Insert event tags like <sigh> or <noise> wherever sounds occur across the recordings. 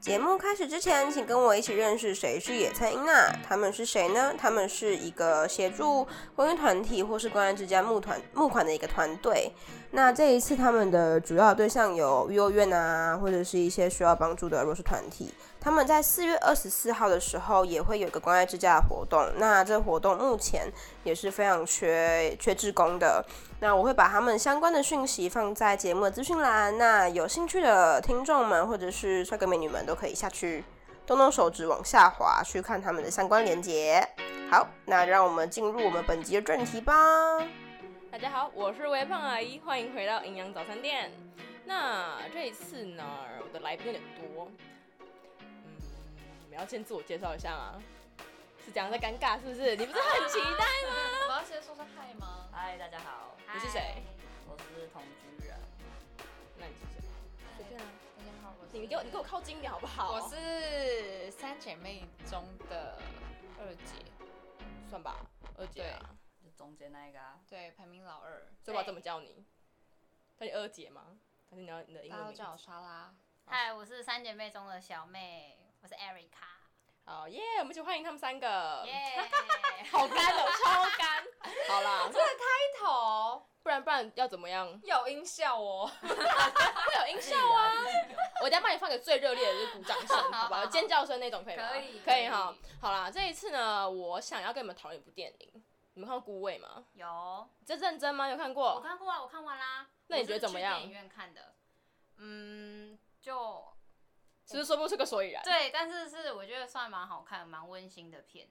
节目开始之前，请跟我一起认识谁是野菜英娜。他们是谁呢？他们是一个协助公益团体或是关爱之家募团募款的一个团队。那这一次他们的主要对象有幼儿园啊，或者是一些需要帮助的弱势团体。他们在四月二十四号的时候也会有一个关爱之家的活动。那这活动目前也是非常缺缺志工的。那我会把他们相关的讯息放在节目的资讯栏，那有兴趣的听众们或者是帅哥美女们都可以下去动动手指往下滑去看他们的相关链接。好，那让我们进入我们本集的正题吧。大家好，我是微胖阿姨，欢迎回到营养早餐店。那这一次呢，我的来宾有点多，嗯，你们要先自我介绍一下吗？是这样在尴尬是不是？你不是很期待 <laughs> 吗？ <laughs> 我要先说声嗨吗？嗨，大家好，你是谁？我是同居人，那你是谁？嗨随便啊大家好，我是你给我你给我靠近一点好不好？我是三姐妹中的二姐，算吧，二姐啊，就中间那一个啊。对，排名老二，所以我要怎么叫你？叫你二姐吗？还是你要你的英大文家都名字叫我？莎拉。嗨，我是三姐妹中的小妹，我是 Erica。好耶，我们一起欢迎他们三个。耶，哦 <laughs> 好干哦，超干。好啦， <laughs> 开头不然不然要怎么样？有音效哦，会有音效啊！我再帮你放个最热烈的，就是鼓掌 <laughs> 声，好不好？好尖叫声那种可以吗？可以可以哈。好啦，这一次呢，我想要跟你们讨论一部电影，你们看过《孤味》吗？有我这认真吗？有看过？看过啊，我看完啦。那你觉得怎么样我是去电影院看的，嗯，就是不是说不出个所以然？对，但是是我觉得算蛮好看、蛮温馨的片。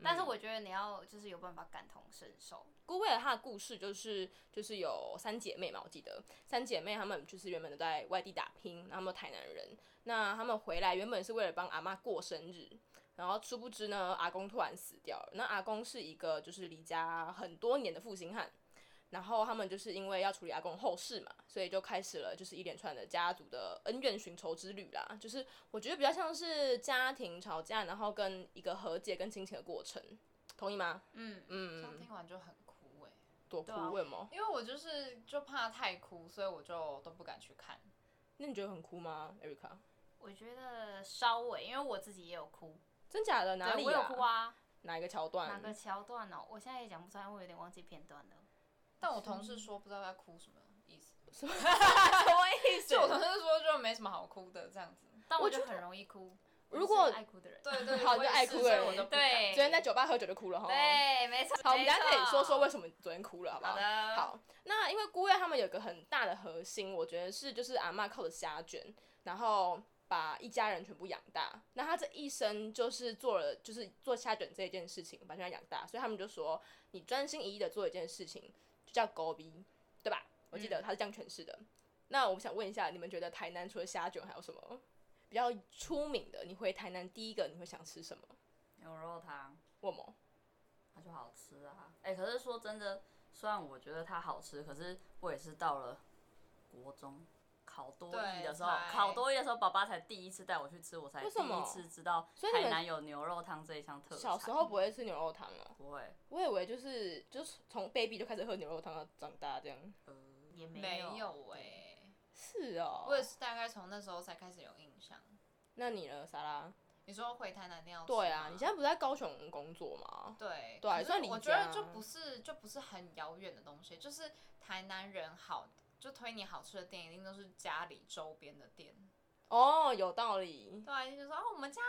但嗯是我觉得你要就是有办法感同身受，孤味的它的故事就是就是有三姐妹嘛，我记得三姐妹她们就是原本都在外地打拼，然后她们都台南人，那她们回来原本是为了帮阿妈过生日，然后殊不知呢，阿公突然死掉了。那阿公是一个就是离家很多年的负心汉，然后他们就是因为要处理阿公后事嘛，所以就开始了就是一连串的家族的恩怨寻仇之旅啦。就是我觉得比较像是家庭吵架，然后跟一个和解跟亲情的过程，同意吗？嗯，这样嗯，听完就很哭哎，多哭对啊为什么？因为我就是就怕太哭，所以我就都不敢去看。那你觉得很哭吗，Erica？我觉得稍微，因为我自己也有哭，真假的？哪对里、我有哭？啊，哪一个桥段？哪个桥段哦？我现在也讲不出来，因为我有点忘记片段了。但我同事说不知道在哭什么意思， <laughs> 什么意 <laughs> 思就我同事说就没什么好哭的这样子。但我就很容易哭，如我果是爱哭的人，对对，好我也就爱是哭所以了我都不敢对昨天在酒吧喝酒就哭了哈。 <laughs> 对，没错。好，我们没大家可以错说说为什么昨天哭了，好不好？好的好，那因为姑爷他们有个很大的核心，我觉得是就是阿嬷靠着虾卷，然后把一家人全部养大。那他这一生就是做了，就是做虾卷这一件事情，把全家养大。所以他们就说，你专心一意的做一件事情，就叫狗逼，对吧？嗯我记得他是这样诠释的。那我想问一下，你们觉得台南除了虾卷还有什么比较出名的？你回台南第一个你会想吃什么？牛肉汤，我么？它就好吃啊。哎、可是说真的，虽然我觉得它好吃，可是我也是到了国中考多艺的时候对才，考多艺的时候，爸爸才第一次带我去吃，我才为第什么一次知道所以你们台南有牛肉汤这一项特产。小时候不会吃牛肉汤哦、不会，我以为就是就是从 baby 就开始喝牛肉汤到长大这样。呃，也没没有欸哎、是哦。我也是大概从那时候才开始有印象。那你呢，莎拉？你说回台南那样？对啊，你现在不是在高雄工作吗？对对啊可是算离我觉得家就不是就不是很遥远的东西，就是台南人好就推你好吃的店，一定都是家里周边的店。哦，有道理。对啊，就说啊，我们家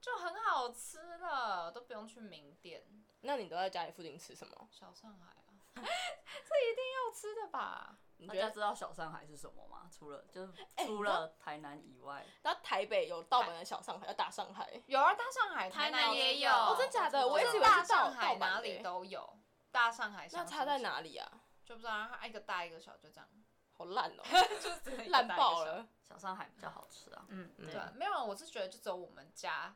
就很好吃了，都不用去名店。那你都在家里附近吃什么？小上海啊， <laughs> 这一定要吃的吧？你大觉家得知道小上海是什么吗？除了就是哎除你知道了台南以外，到台北有盗版的小上海，要大上海。有啊，大上海、台南南也有，有哦真假的我一就是直以为大是盗上海盗版哪的里欸都有，大上海那想差在？哪里啊？就不知道啊，它一个大一个小，就这样，好烂哦，就是一个烂大一个爆小。了。小上海比较好吃啊。嗯，嗯对，没有，我是觉得就只有我们家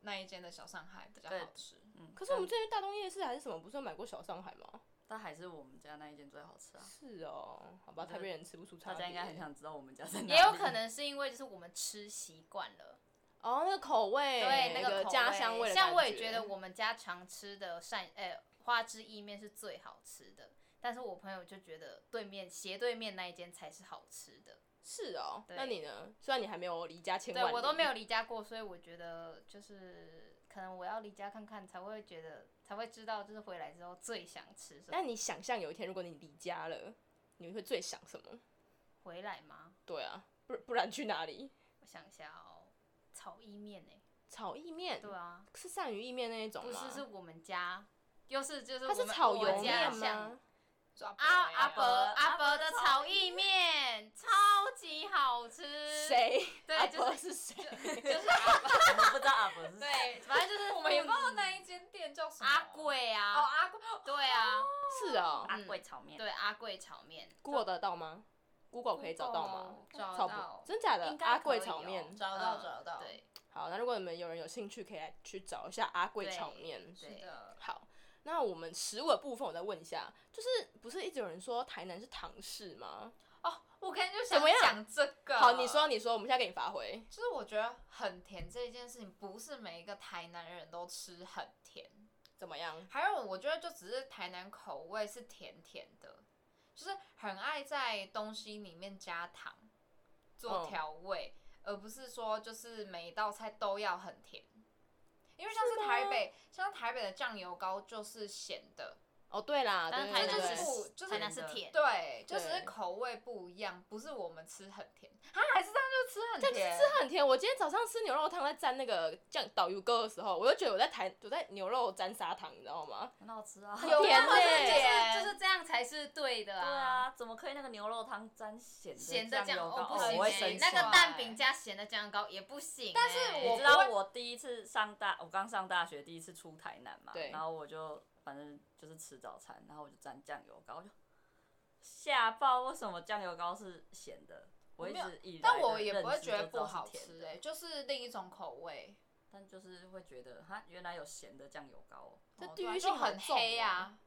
那一间的小上海比较好吃。嗯，可是我们之前去大东夜市还是什么，不是有买过小上海吗？但还是我们家那一间最好吃啊。是哦，好吧，台北人吃不出差大别。家应该很想知道我们家在哪里。也有可能是因为就是我们吃习惯了，哦，那个口味，对那个口家乡味味。的像感我也觉得我们家常吃的鳝呃花枝意面是最好吃的，但是我朋友就觉得对面斜对面那一间才是好吃的，是哦，对那你呢？虽然你还没有离家千对万里，我都没有离家过，所以我觉得就是可能我要离家看看，才会觉得才会知道，就是回来之后最想吃什么。但你想象有一天，如果你离家了，你会最想什么？回来吗？对啊，不不然去哪里？我想一下哦，炒意面呢、炒意面，对啊，是鳝鱼意面那一种不吗？是是我们家，又是就是它我是们炒我油家面乡吗？抓不阿啊到呀阿伯阿伯的炒意面超级好吃，？谁？对阿就是伯是谁？ <laughs> 就 <laughs> 是阿伯，我们不知道阿伯是谁。对，反正就是我们也不知道那一间店叫什么。阿贵哦，啊，阿贵，对啊，是哦，阿贵炒面，对阿贵炒面， Google 得到吗？Google 可以找到吗？找炒到不真假的应该阿可以贵炒哦面，嗯找到找到，对，好，那如果你们有人有兴趣，可以来去找一下阿贵对炒面。对是的，好，那我们食物的部分，我再问一下，就是不是一直有人说台南是唐氏吗？我刚才就怎想么样讲这个。好，你说，你说，我们现在给你发挥。就是我觉得很甜这一件事情，不是每一个台南人都吃很甜。怎么样？还有，我觉得就只是台南口味是甜甜的，就是很爱在东西里面加糖做嗯调味，而不是说就是每一道菜都要很甜。因为像是吗台北，像台北的酱油膏就是咸的，哦，对啦，但对是对对台南就是对不不，就是台南是真的甜，对，就只对是口味不一样，不是我们吃很甜，啊，还是这样就吃很但甜，是吃很甜。我今天早上吃牛肉汤，在蘸那个酱导游哥的时候，我就觉得我在台我在牛肉沾砂糖，你知道吗？很好吃啊。有甜可是嘞、就是就是这样才是对的对，啊，怎么可以那个牛肉汤沾咸的咸的酱油膏？哦不哦我会行生欸，那个气蛋饼加咸的酱油膏也不行欸，但是我你知道我第一次上大，我刚上大学第一次出台南嘛对，然后我就反正就是吃早餐，然后我就沾酱油膏，我就吓爆，为什么酱油膏是咸的？我一没有直以来但的我也不会认知觉得就知不道是好甜吃、的欸，就是另一种口味。但就是会觉得哈，原来有咸的酱油膏哦，这哦地对啊域就性很重黑啊，啊，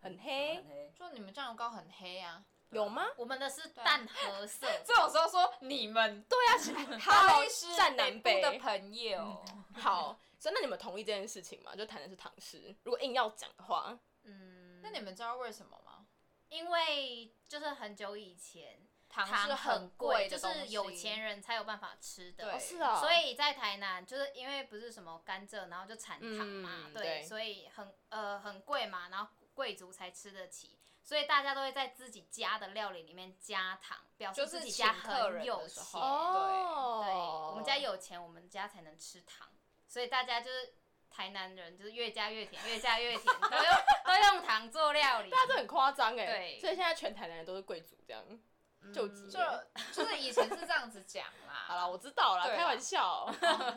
很很黑，黑。就你们酱油膏很黑啊。有吗？我们的是淡褐色，这种时候说你们对 <laughs> 哈喽是站南北北部的朋友，嗯好，所以那你们同意这件事情吗？就台南是唐氏，如果硬要讲的话，嗯，那你们知道为什么吗？因为就是很久以前糖是糖很贵，贵就的东西，是有钱人才有办法吃的对哦，是啊，所以在台南，就是因为不是什么甘蔗，然后就产糖嘛，嗯对，对所以很呃很贵嘛，然后贵族才吃得起，所以大家都会在自己家的料理里面加糖，表示就自是己请家客很人有的时钱。候，对，哦，我们家有钱，我们家才能吃糖，所以大家就是台南人，就是越加越甜，越加越甜，都用 <laughs> 都用糖做料理。大家这很夸张哎，对所以现在全台南人都是贵族这样，救急嗯对就就是以前是这样子讲啦。好了，我知道啦，对啦开玩笑。哦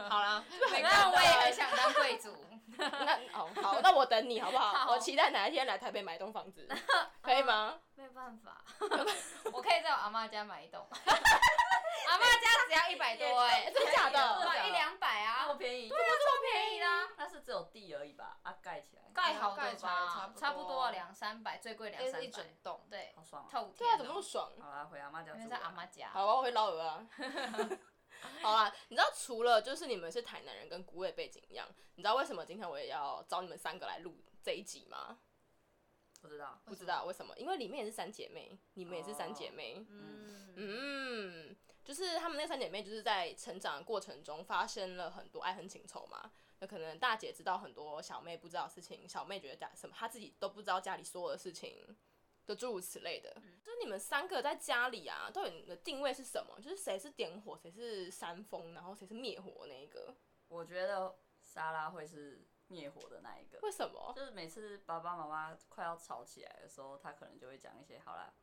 好啦， <laughs> 你没知道看我也很想当贵族，那哦好，那我等你好不好？ <laughs> 好我期待哪一天来台北买一栋房 <laughs> 子，可以吗？没有办 <laughs> 法，我可以在我阿妈家买一栋，阿妈家只要一百多哎、哎真的假的？对一两百啊，啊，我我便宜，便宜啦、那是只有地而已吧？啊，盖起来，盖好盖的起来差吧不，多差不多两三百，最贵两也三是一百整，栋。对，好爽啊！透天。哦对啊，怎么那么？爽？好啦，回阿妈家因住啊为吧。在阿妈家。好吧，我会捞鹅 <laughs> 啊。好啦，你知道除了就是你们是台南人跟古伟背景一样，你知道为什么今天我也要找你们三个来录这一集吗？不知道，不知道为什么，因为里面也是三姐妹，你们也是三哦姐妹，嗯，嗯，就是她们那三姐妹就是在成长的过程中发生了很多爱恨情仇嘛。有可能大姐知道很多小妹不知道的事情，小妹觉得家什么她自己都不知道家里所有的事情，就诸如此类的。就是你们三个在家里啊，到底你的定位是什么？就是谁是点火，谁是煽风，然后谁是灭火那一个？我觉得莎拉会是灭火的那一个，为什么？就是每次爸爸妈妈快要吵起来的时候，他可能就会讲一些“好啦，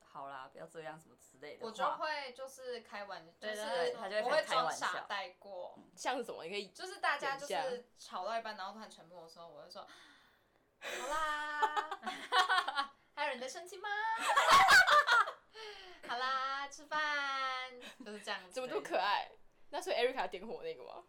好啦，不要这样”什么之类的话。我就会就是开玩，就对是对对他就会我开会始开装玩傻笑带过，像是什么？你可以就是大家就嗯等一是吵到一半，然后突然沉默的时候，我就说：“好啦， <laughs> 还有人在生气吗？ <laughs> 好啦，吃饭。”就是这样子。怎么这么可爱？那所以 Erica 点火那个吗？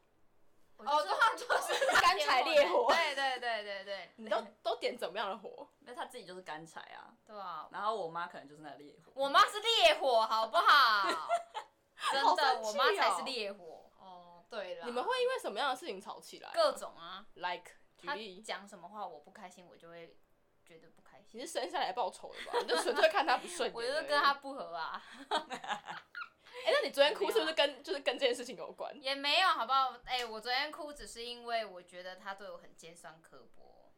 哦，这话就是干柴烈火，对对对对对，你都都点怎么样的火？那他自己就是干柴啊，对啊，然后我妈可能就是那烈火。我妈是烈火，好不好？真的，我妈才是烈火，哦，对了，你们会因为 <laughs> 什么样的事情吵起来啊？各种啊。 like 举她例，讲什么话我不开心，我就会绝对不开心。你是生下来报仇的吧？你就纯粹看他不顺眼。 <laughs> 我就是跟他，不合啊，哎、那你昨天哭是不是跟就是跟这件事情有关？也没有，好不好？哎、我昨天哭只是因为我觉得他对我很尖酸刻薄，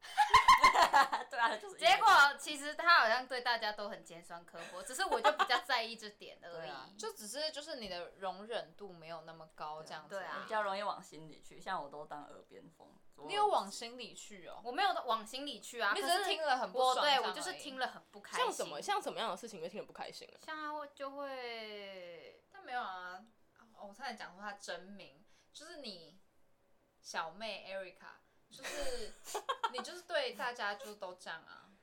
对啊，就是因为结果其实他好像对大家都很尖酸刻薄，只是我就比较在意这点而对啊已。就只是就是你的容忍度没有那么高这样子。对啊比较容易往心里去，像我都当耳边风。你有往心里去哦，我没有往心里去啊，你只可是是听了很不我爽。对我就是了。听了很不开心。像什么像什么样的事情会听得不开心啊？像他会就会但没有啊，哦我差点讲出他真名，就是你小妹 Erica，就是 <laughs> 你就是对大家就都这样啊，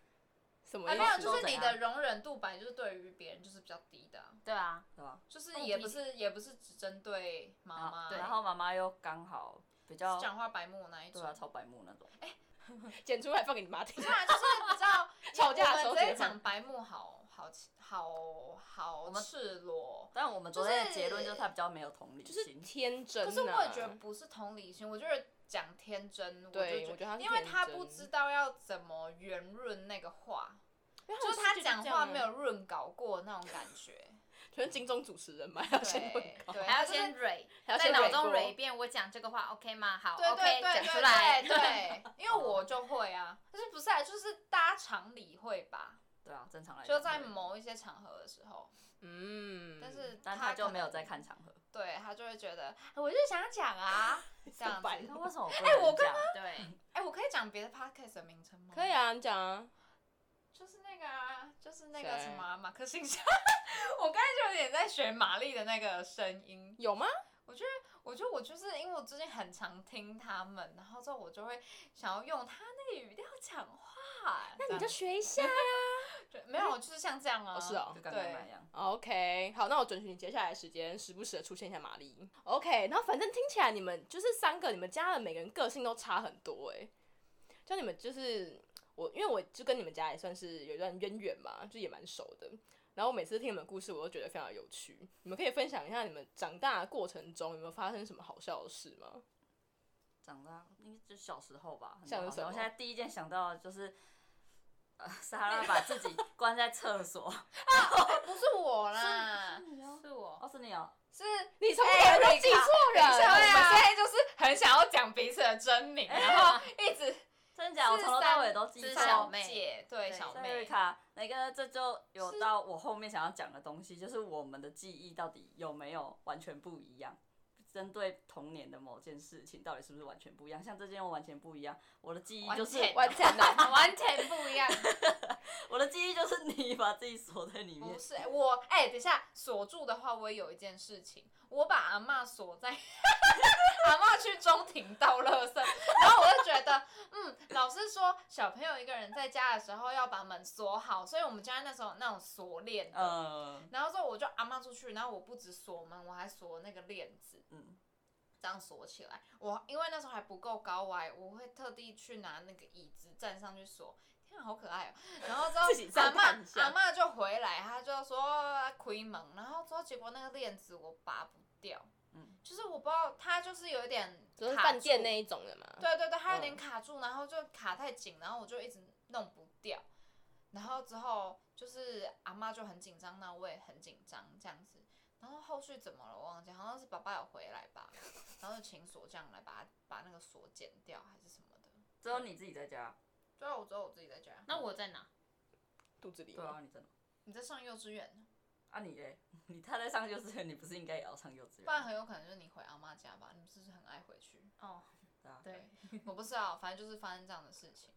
什么啊意没有，思？就是你都怎的容忍度本来就是对于别人就是比较低的啊、对啊，对吧？啊就是也不是也不是只针对妈妈，哦然后妈妈又刚好比较讲话白目那一种对，啊，超白目那种。剪出来放给你妈听。 <laughs> 对啊，就是你知道吵架的时候我们直解接放讲白目好好好好赤裸，但我们昨天的结论就是他比较没有同理就是心，天真、啊。可是我也觉得不是同理心，我觉得讲天真，我就对觉我觉得他是因为天他真不知道要怎么圆润那个话，因为就是他他们讲这样话啊没有，润稿过那种感觉。全是金钟主持人嘛，还要 <laughs> 先问对稿，对，还要就是先蕊，还要在先脑蕊中过蕊一遍，我讲这个话 OK 吗？好对对，OK，对讲对出 <laughs> 来。对对，因为我就会啊，但是不是啊，就是大家常理会吧，对啊，正哎常来讲就在对某一些场合的时候，嗯，但是但他就可没有能在，看场合。对他就会觉得哎我就想讲啊 <laughs> 这样烦子。 <laughs> 那为什么不能我刚这样对，哎，我可以讲别的 podcast 的名称吗？可以，啊，你讲啊，就是那个啊，就是那个谁什么啊马克信箱。 <laughs> 我刚才就有点在学玛丽的那个声音，有吗？我觉得我就是因为我最近很常听他们，然后之后我就会想要用他那个语调讲话。那你就这学一下呀、样对没有，就是像这样啊。哦， <laughs> 是哦就。刚刚对那样， OK，好，那我准许你接下来的时间时不时的出现一下玛丽。OK，然后反正听起来你们就是三个，你们家的每个人个性都差很多哎、就你们就是我，因为我就跟你们家也算是有一段渊源嘛，就也蛮熟的。然后我每次听你们的故事，我都觉得非常有趣。你们可以分享一下你们长大的过程中有没有发生什么好笑的事吗？长大应该就是小时候吧。很像是好笑什么我现在第一件想到的就是，呃，莎拉把自己关在厕 <laughs> 所。哦不是我啦，是我。哦，是你哦，是你从头到尾都记错人，等一下我对们啊现在就是很想要讲彼此的真名，然后一直真假？我从头到尾都记是错。三小妹姐对对小瑞妹，卡，那个这就有到我后面想要讲的东西，就是我们的记忆到底有没有完全不一样？针对童年的某件事情，到底是不是完全不一样？像这件又完全不一样，我的记忆就是完全完全的。完全不一样，我的记忆就是你把自己锁在里面不，是我哎、等一下锁住的话，我也有一件事情，我把阿嬷锁在 <laughs> 阿嬷去中庭倒垃圾，然后我就觉得，嗯，老师说小朋友一个人在家的时候要把门锁好，所以我们家那时候有那种锁链的。呃，然后之后我就阿嬷出去，然后我不止锁门，我还锁那个链子，嗯，这样锁起来。我因为那时候还不够高，我还我会特地去拿那个椅子站上去锁。天啊，好可爱哦、然后之自己后阿赞叹一嬷下阿嬷就回来，她就说亏门，然后之后结果那个链子我拔不掉，嗯就是我不知道它就是有点就是卡饭店住那一种的嘛。对对对，它有点嗯卡住，然后就卡太紧，然后我就一直弄不掉。然后之后就是阿妈就很紧张，那我也很紧张这样子。然后后续怎么了我忘记，好像是爸爸有回来 <laughs> 吧，然后就请锁匠来把它把那个锁剪掉还是什么的。只有你自己在家，对啊，我只有我自己在家。那我在哪？肚子里对啊，你真的，你在上幼稚园，啊你嘞，你他在上幼稚园，你不是应该也要上幼稚不然园？很有可能就是你回阿妈家吧？你们是不是很爱回去？哦，对啊，对， <laughs> 我不知道，反正就是发生这样的事情。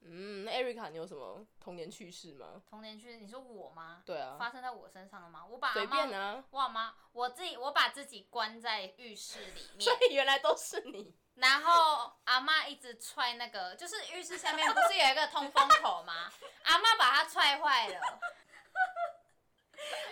嗯，那 Erica，你有什么童年趣事吗？童年去，你说我吗？对啊发生在我身上了吗？我把随阿嬷便啊，我阿妈，我自己我把自己关在浴室里面所， <laughs> 以原来都是你。然后阿妈一直踹那个，就是浴室下面不是有一个通风口 <laughs> 吗？阿妈把它踹坏 <laughs> 了，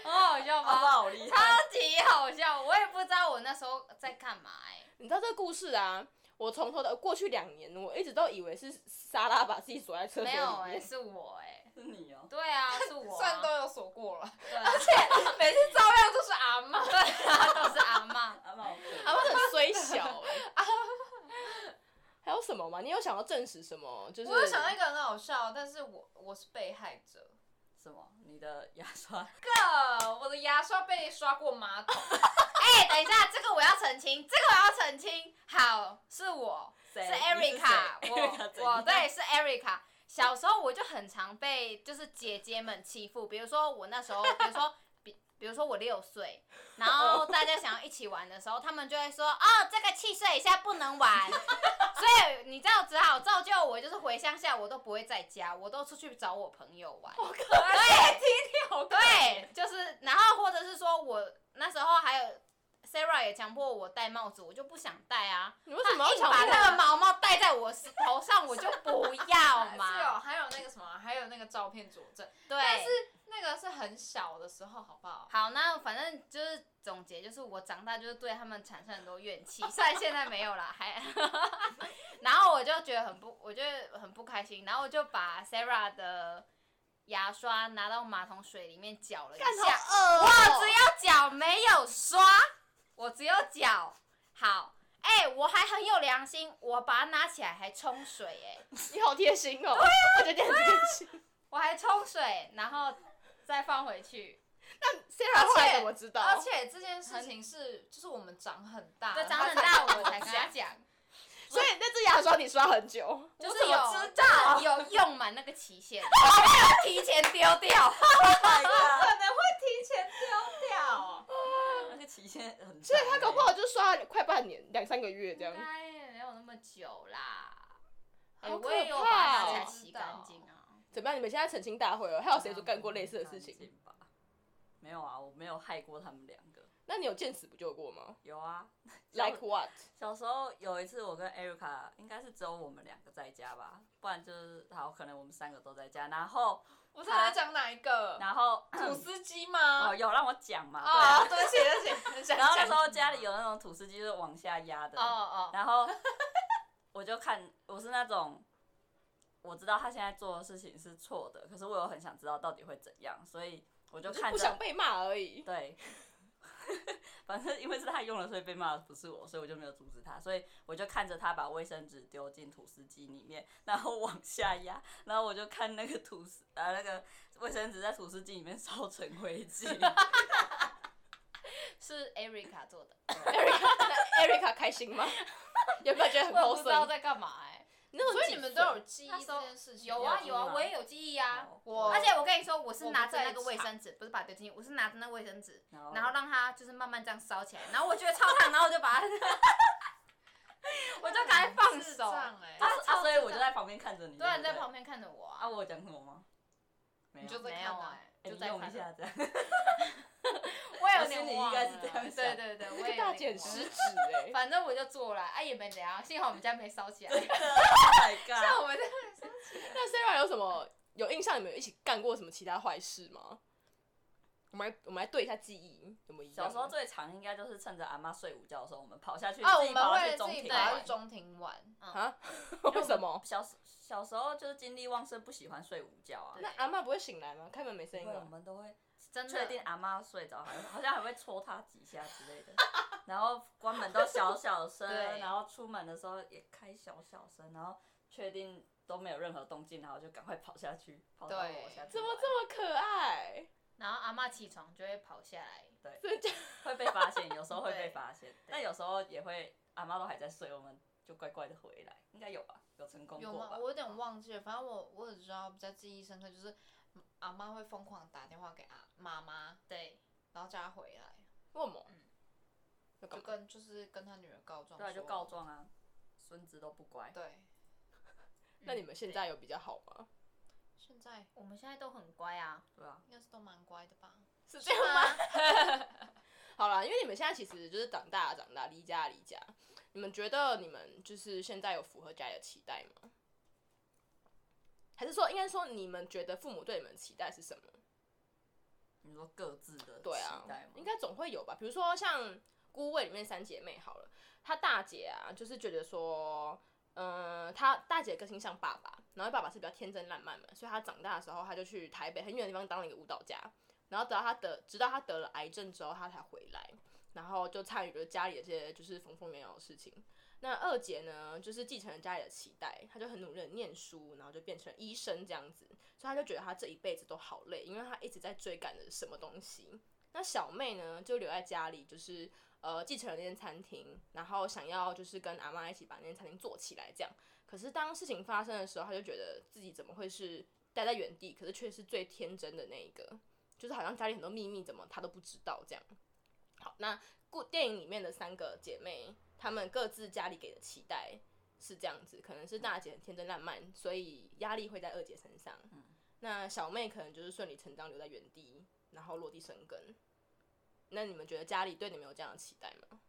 哦好好好笑不吧？好厉害？超级好笑，我也不知道我那时候在干嘛哎、你知道这个故事啊？我从头到过去两年，我一直都以为是莎拉把自己锁在厕所里 <laughs> 没面。有哎、 <laughs> 是我哎、是你哦，对 <laughs> 啊，是我、啊，算都有锁过了，对啊，每次照样都是阿妈。对 <laughs> 啊，都是阿妈。阿妈，欸 <laughs> 阿妈很虽小哎、还有什什么吗？你有想要证实什么？就是 <laughs> 我有想到一个很好笑，但是我我是被害者。什么？你的牙 <laughs> 刷？哥，呃我的牙刷被刷过马桶。哎、等一下，这个我要澄清，这个我要澄清。好，是我，谁是你谁 Erica， <laughs> Erica 怎我样我对是 Erica。小时候我就很常被就是姐姐们欺负，比如说我那时候，比 <laughs> 如说比比如说我六岁，然后大家想要一起玩的时候，他们就会说哦，这个七岁以下不能玩。 <laughs> 所以你知道，只好造就我，就是回乡下我都不会在家，我都出去找我朋友玩。好可爱，听你好可爱。对，就是，然后或者是说我那时候还有 Sarah 也强迫我戴帽子，我就不想戴啊。你为什么她要硬抢把我那个毛毛戴在我头上，我就不要 <laughs> 是有，嘛。还有那个什么，还有那个照片佐证，对，但是那个是很小的时候，好不好？好，那反正就是总结，就是我长大就是对他们产生很多怨气， <laughs> 虽然现在没有啦，还， <laughs> 然后我就觉得很不，我就很不开心，然后我就把 Sarah 的牙刷拿到马桶水里面搅了一干好下，恶我哦只有脚没有刷，我只有脚。好，哎、我还很有良心，我把它拿起来还冲水、哎，你好贴心哦，啊我觉得你很贴心。我还冲水，然后再放回去。 Sarah 后而来且怎么知道？而且这件事情是，就是我们长很大，对，然长后很才大跟我才跟他讲，讲，所以那只牙刷你刷很久，就我是怎有么知道就是有用满那个期限，我没有提前丢掉。可能会提前丢掉。那个期限很长欸，所以他搞不好就刷了快半年、两三个月这样 <laughs> 应。该也没有那么久啦。哎、好可我也有把怕它拿哦起来洗干净啊。怎么样？你们现在澄清大会了，还有谁就干过类似的事情？吧？没有啊，我没有害过他们两个。那你有见死不救过吗有啊， ？Like what？小时候有一次，我跟 Erica 应该是只有我们两个在家吧，不然就是好，可能我们三个都在家。然后，我知道在讲哪一哦个，然后，土司机哦，吗？有让我讲嘛？对啊哦，对不起，对不起，很想然后那讲时候家里有那种土司机，就是往下压的。哦哦，然后我就看，我是那种我知道他现在做的事情是错的，可是我又很想知道到底会怎样，所以我就就是看不想着被骂而已。 <laughs> 对。 <laughs> 反正因为是他用了，所以被骂的不是我，所以我就没有阻止他，所以我就看着他把卫生纸丢进吐司机里面，然后往下压，然后我就看那个吐司啊那个卫生纸在吐司机里面烧成灰 <laughs> 烬，是 Erica 做的， Erica 开心吗？有没有觉得很我也不知道 wholesome？在干嘛哎、那种所以几你们岁都有记忆那时候这件事情。有啊啊有有啊啊，我我也也有记忆啊。哦我而且我跟你说，我我是不拿着在那个卫场生纸，不是把它丢进去，我是拿着那个卫生纸，然后然后让它就是慢慢这样烧起来，然后我觉得超烫，然后我就把它， <laughs> 我就赶快放智手。障哎，啊啊，所以我就在旁边看着你，对啊，你在不旁边看着我啊啊，，我有讲什么吗？没有你就在没看有啊啊，哎就你在用看一着。下 <laughs> 这样。我有我心点里应忘该是了这样对想对对，我这也个大有剪点食忘了。指哎， <laughs> 反正我就做了，哎也没怎样，幸好我们家没烧起来。Oh <laughs> My 那 God！我们那 Sarah 有什么有印象？你们有一起干过什么其他坏事吗？我们来我们来对一下记忆，有没有一样小时候最常应该就是趁着阿妈睡午觉的时候，我们跑下去，哦，自我己们跑下会去中自己庭跑玩去。中庭玩。啊？为什么？小时小时候就是精力旺盛，不喜欢睡午觉啊。那阿妈不会醒来吗？开门没声音啊因为我了。们都会真确的，定阿妈睡着，好像好像还会戳她几下之类的。然后关门都小小声，对然后出门的时候也开小小声，然后确定都没有任何动静，然后就赶快跑下去，跑到对我下去玩。怎么这么可爱？然后阿妈起床就会跑下来，真的假的会被发现，有时候会被对发现，但有时候也会阿妈都还在睡，我们就乖乖的回来，应该有吧？有成功有过吗？吧我？有点忘记了，反正我我只知道比较记忆深刻就是嗯阿妈会疯狂打电话给阿妈妈，对，然后叫她回来，为什么嗯？要干就嘛跟就是跟她女儿告状，对啊，就告，状啊，孙子都不乖。对，那你们现在有比较好吗？现在我们现在都很乖啊，对啊，应该是都蛮乖的吧？ <laughs> 是这样吗？好啦，因为你们现在其实就是长大长大，离家离家，你们觉得你们就是现在有符合家里的期待吗？还是说，应该说你们觉得父母对你们的期待是什么？你说各自的对啊期待，吗应？该总会有吧。比如说像《孤味》里面三姐妹好了，她大姐啊，就是觉得说，嗯、她大姐更倾向爸爸，然后爸爸是比较天真烂漫嘛，所以她长大的时候，她就去台北很远的地方当了一个舞蹈家，然后直到她得直到她得了癌症之后，她才回来。然后就参与了家里的这些就是风风摇摇的事情。那二姐呢，就是继承了家里的期待，她就很努力的念书，然后就变成医生这样子，所以她就觉得她这一辈子都好累，因为她一直在追赶着什么东西。那小妹呢，就留在家里，就是呃继承了那间餐厅，然后想要就是跟阿妈一起把那间餐厅做起来这样。可是当事情发生的时候，她就觉得自己怎么会是待在原地，可是却是最天真的那一个，就是好像家里很多秘密怎么她都不知道这样。好，那故电影里面的三个姐妹，她们各自家里给的期待是这样子，可能是大姐很天真烂漫，所以压力会在二姐身上。那小妹可能就是顺理成章留在原地，然后落地生根。那你们觉得家里对你们有这样的期待吗？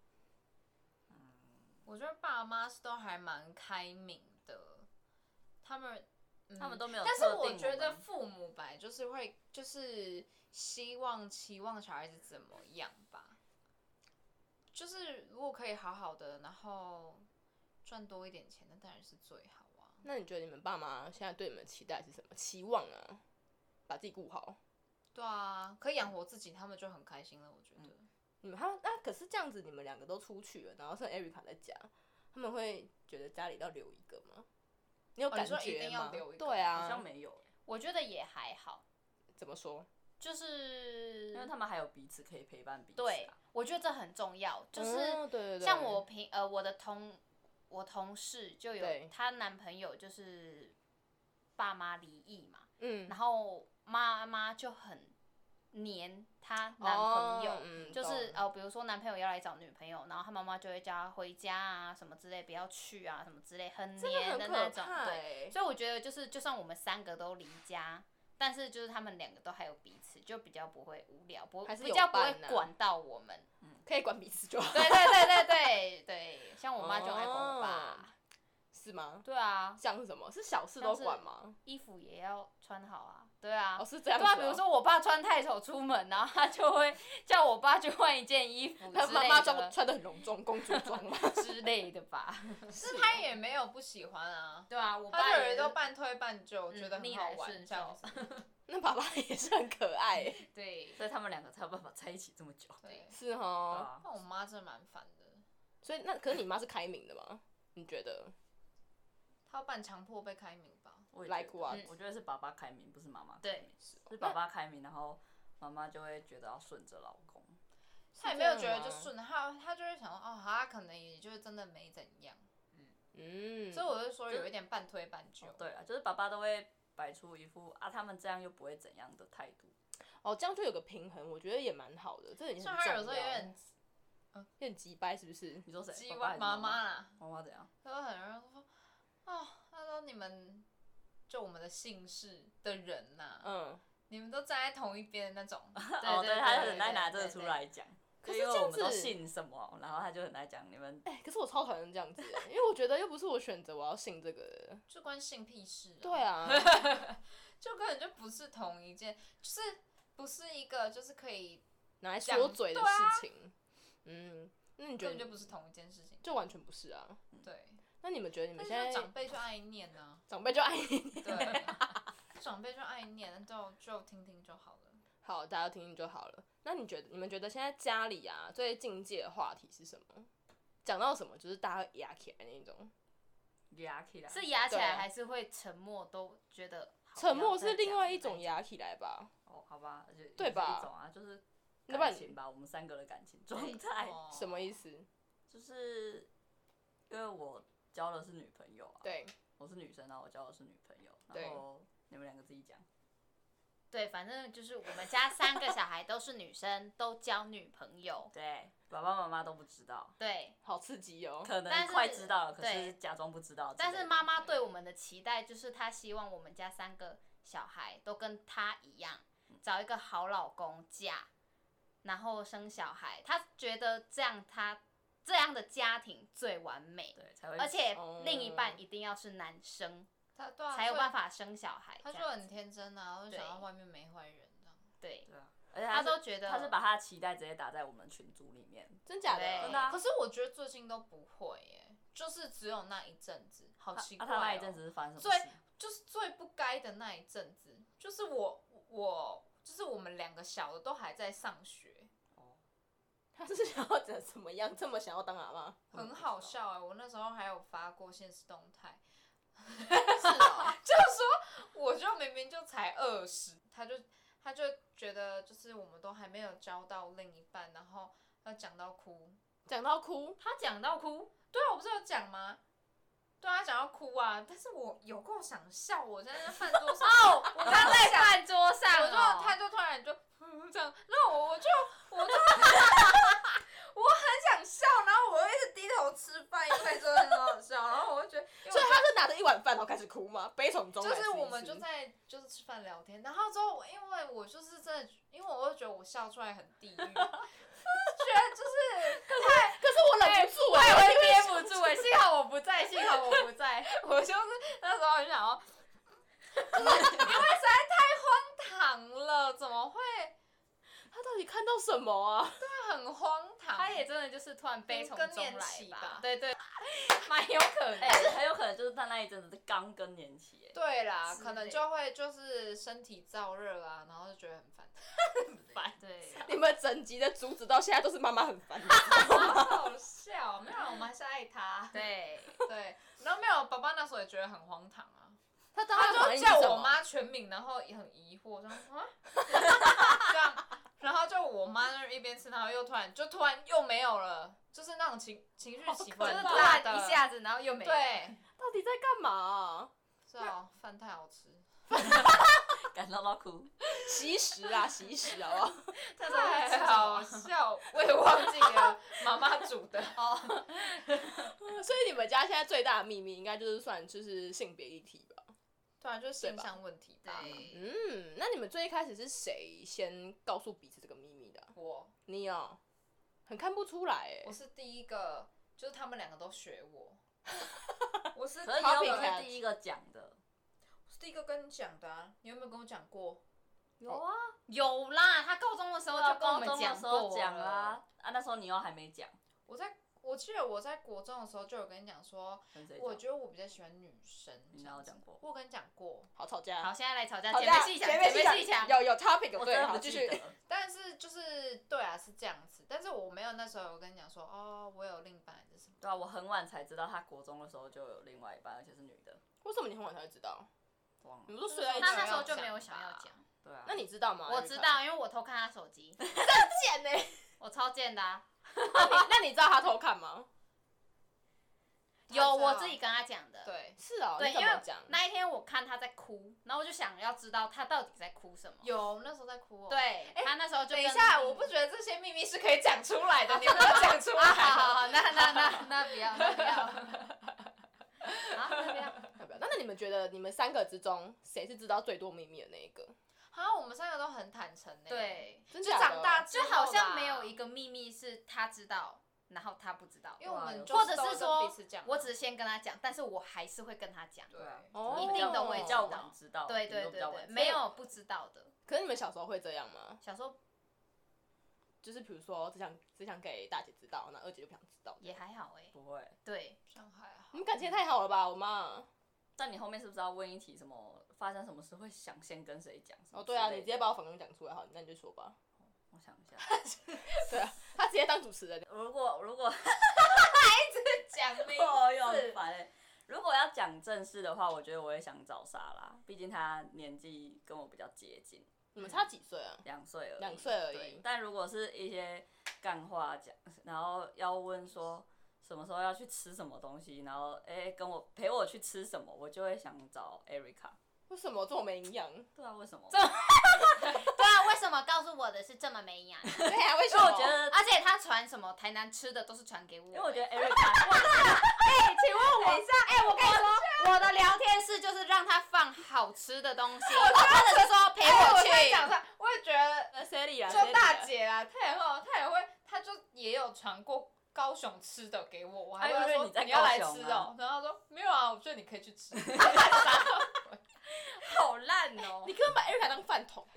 我觉得爸妈是都还蛮开明的，他们、嗯、他们都没有但呃特是定我我觉得们父母本来就是会，就是希望期望小孩子怎么样吧。就是如果可以好好的，然后赚多一点钱，那当然是最好啊。那你觉得你们爸妈现在对你们的期待是什么？期望啊，把自己顾好。对啊，可以养活自己，他们就很开心了。我觉得，你们他那可是这样子，你们两个都出去了，然后剩艾瑞卡在家，他们会觉得家里要留一个吗？你有哦你感觉说吗？一定要留一个对啊，好像没有欸，我觉得也还好，怎么说？就是因为他们还有彼此可以陪伴彼此、啊。对，我觉得这很重要，就是、嗯对对对，像我平呃我的同我同事就对有她男朋友就是爸妈离异嘛，嗯，然后妈妈就很黏她男朋友，哦嗯就是懂呃比如说男朋友要来找女朋友，然后她妈妈就会叫她回家啊什么之类，不要去啊什么之类，很真的黏很的那可种，怕对。欸所以我觉得就是，就算我们三个都离家，但是就是他们两个都还有彼此，就比较不会无聊，不还是有比较不会伴啊管到我们。可以管彼此就好，对对对对对对，像我妈就很爱管我哦爸。是吗？对啊，像是什么？是小事像都是管吗？衣服也要穿好啊。对啊哦，，是这样对子啊，哦。比如说我爸穿太丑出门，然后他就会叫我爸去换一件衣服他之妈类妈装的穿的很隆重，公主装嘛。之类的吧。是他也没有不喜欢啊，对啊，我他爸有也人都是半推半就，觉得逆很好来玩顺这样受子。。 <laughs> 那爸爸也是很可爱欸，对所以他们两个才有办法在一起这么久。对，是哦。啊，但我妈真的蛮烦的，所以那可是你妈是开明的吗？你觉得？她半强迫被开明吧。我也觉得嗯 Like what？我觉得是爸爸开明，不是妈妈。对，是爸爸开明，然后妈妈就会觉得要顺着老公。她也是没有这觉得样就吗顺，她她就会想说，哦，她可能也就是真的没怎样，嗯，所以我就说就有一点半推半就。对啊，就是爸爸都会摆出一副啊，他们这样又不会怎样的态度。哦，这样就有个平衡，我觉得也蛮好的。这也很虽然她有时候重有要点有点急掰，是不是？你说谁？鸡爸爸还歪是妈妈妈，啦，妈妈怎样？她说很多人说，哦，她说你们就我们的姓氏的人呐、嗯，你们都站在同一边的那种。哦，对，他就很爱对拿对这个对出对来讲。可是因为这我样们都子信什么，然后他就很爱讲你们。哎、可是我超讨厌这样子欸，因为我觉得又不是我选择我要信这个 <laughs> 的。就关性屁事、啊。对， <laughs> 啊，就根本就不是同一件，就是不是一个，就是可以拿来讲说嘴的对啊事情，嗯，那你觉根得本就你不是同一件事情。就完全不是啊？对，那你们觉得你们但是现在就长辈就爱念呢、长辈就爱你？对，长辈就爱念，就就听听就好了。好，大家听听就好了。那你觉得你们觉得现在家里啊最境界的话题是什么？讲到什么就是大家会压起来那一种，压起来，是压起对来啊还是会沉默，都觉得好沉不默要再是另讲外了一再种讲压起来吧？哦，好吧，而且也对是吧一种啊，就是要不然感情吧，我们三个的感情状态，哦什么意思？就是因为我交的是女朋友啊，，对，我是女生，然后我交的是女朋友，对然后你们两个自己讲，对，反正就是我们家三个小孩都是女生，都交女朋友。对，爸爸妈妈都不知道，对，好刺激哦！可但能是快知道了，可是对假装不知道之类但的，是妈妈对我们的期待就是她希望我们家三个小孩都跟她一样，找一个好老公嫁，然后生小孩。她觉得这样她这样的家庭最完美，对才会，而且哦另一半一定要是男生、他对啊，才有所以办法生小孩这他样子。说很天真啊，我就想对到外面没坏人这样。对，对啊，而且她他都觉得他是把他的期待直接打在我们群组里面，真假的？对真的 <laughs> 啊可是我觉得最近都不会耶，就是只有那一阵子，好啊奇啊怪、哦他那一阵子是发生什么最事？就是最不该的那一阵子，就是我我就是我们两个小的都还在上学，他是想要怎怎么样？这么想要当阿妈？嗯很好笑哎、我那时候还有发过现实动 <laughs> 态，是哦，就是说我就明明就才二十，他就他就觉得就是我们都还没有交到另一半，然后要讲到哭，讲到哭，他讲到哭，对啊，我不是有讲吗？对啊，他讲到哭啊，但是我有够想笑，我在那饭桌上 <laughs> 哦，我刚在饭桌上我就哦，他就突然就嗯这样，然后我我就我就 <laughs> 我很想笑，然后我又一直低头吃饭，因为真的很好笑，然后我就觉得，所以他是拿着一碗饭然后开始哭吗？悲从中来就是一我们次就在就是吃饭聊天，然后之后因为我就是真的，因为我会觉得我笑出来很地狱，就是觉得就是可是我忍不住我也哎、会憋不住哎、幸好我不在，幸好我不在，我就是 <laughs> 那时候很想要，就是因为实在太荒唐了，怎么会他到底看到什么啊？很荒唐？他也真的就是突然悲从更中年来期吧对对，蛮有可能哎、。很有可能就是在那一阵子是刚更年期、哎， <laughs> 对啦，之可能类就会就是身体燥热啊，然后就觉得很烦。对，你们整集的主旨到现在都是妈妈很烦。好好笑，没有，我们还是爱他。对， <laughs> 对，然后没有，爸爸那时候也觉得很荒唐啊，他当 <laughs> 他然就叫我妈全名，然后也很疑惑，这样啊， <laughs> 这样，然后就我妈那儿一边吃，然后又突然就突然又没有了，就是那种情情绪起伏就很是大大的，一下子，然后又没了，对， <laughs> 到底在干嘛、啊？是哦，饭太好吃，感到到哭。习食啊，习食好不好？那时候在吃什太么好笑，我也忘记了妈妈煮 <laughs> 的。 <laughs> 哦所以你们家现在最大的秘密应该就是算就是性别议题吧？突然就是对形吧象问题吧。对，嗯，那你们最一开始是谁先告诉彼此这个秘密的啊？我你哦，很看不出来哎、我是第一个，就是他们两个都学 <laughs> 我，我是可是好你比有哦才可是第一个讲的，我是第一个跟你讲的啊，你有没有跟我讲过？有啊，有啦，他高中的时候就跟高我们中的讲时候过讲了，啊，啊那时候你又还没讲，我在我记得我在国中的时候就有跟你讲说，跟谁我讲？觉得我比较喜欢女生。你这样哪有子讲过我有跟你讲过，好吵架，好，现在来吵架，吵姐妹架，戏强，姐妹戏强，有有 topic 我对，真的好不继记续得。。但是就是对啊是这样子，但是我没有那时候有跟你讲说哦，我有另一半还是什么。对啊，我很晚才知道他国中的时候就有另外一半，而且是女的，为什么你很晚才会知道？忘你了。们都睡在一起他啊？那时候就没有想要讲，对啊，那你知道吗？我知 <laughs> 道，因为我偷看他手机，贱呢、 <laughs> 我超贱的啊，那你那你知道他偷看吗？有我自己跟他讲的，对，是哦，对，你因怎么为讲？那一天我看他在哭，然后我就想要知道他到底在哭什么。有那时候在哭哦。，对，他那时候就等一跟下，我不觉得这些秘密是可以讲出来的，你不要讲出来。<laughs> <laughs> 啊，好好好，那那那那不要，那不要，啊，那不要。要不要？那那你们觉得你们三个之中，谁是知道最多秘密的那一个？啊，我们三个都很坦诚呢。，对，真就假的长大之就后啦好像没有一，个秘密是他知道，然后他不知道。因为我们就或者都是跟说彼此讲，我只是先跟他讲，但是我还是会跟他讲。对哦只是一定的我也比知较道晚知道，对顶多对比对较晚对，知道没有不知道的。可是你们小时候会这样吗？小时候就是比如说只想只想给大姐知道，那二姐就不想知道。也还好哎、不会。对，上海啊好你们感情也太好了吧，我妈。但你后面是不是要问一题什么发生什么事会想先跟谁讲？什么哦，对啊，之类你的直接把我反纲讲出来好，那你就说吧。我想一下，对啊，他直接当主持人。如果如果 <laughs> 讲你哦哟很烦欸如果要讲正事的话，我觉得我也想找莎拉，毕竟她年纪跟我比较接近，你们差几岁啊？两岁而已。两岁而对已，。但如果是一些干话讲，然后要问说什么时候要去吃什么东西，然后哎、欸跟我陪我去吃什么，我就会想找 Erica。为什么这么没营养？对啊，为什么？对啊，为什么告诉我的是这么没营 <laughs> 养？对啊，为什因么？为我觉得，而且他传什么台南吃的都是传给我、因为我 <laughs> 觉得 Erica 哎、请问我，哎、我跟你说，我的聊天室就是让他放好吃的 <laughs> 东西，或者是说陪哎我我在讲去。上，我也觉得那 Sally 啊，就大 Sally 啊姐啦，她也会，她也会，她就也有传过高雄吃的给我，我还她以会为说你在要来高吃雄哦啊、然后她说没有啊，我觉得你可以去吃。 <laughs> 好烂哦、啊你根本把 Erica 当饭桶，啊，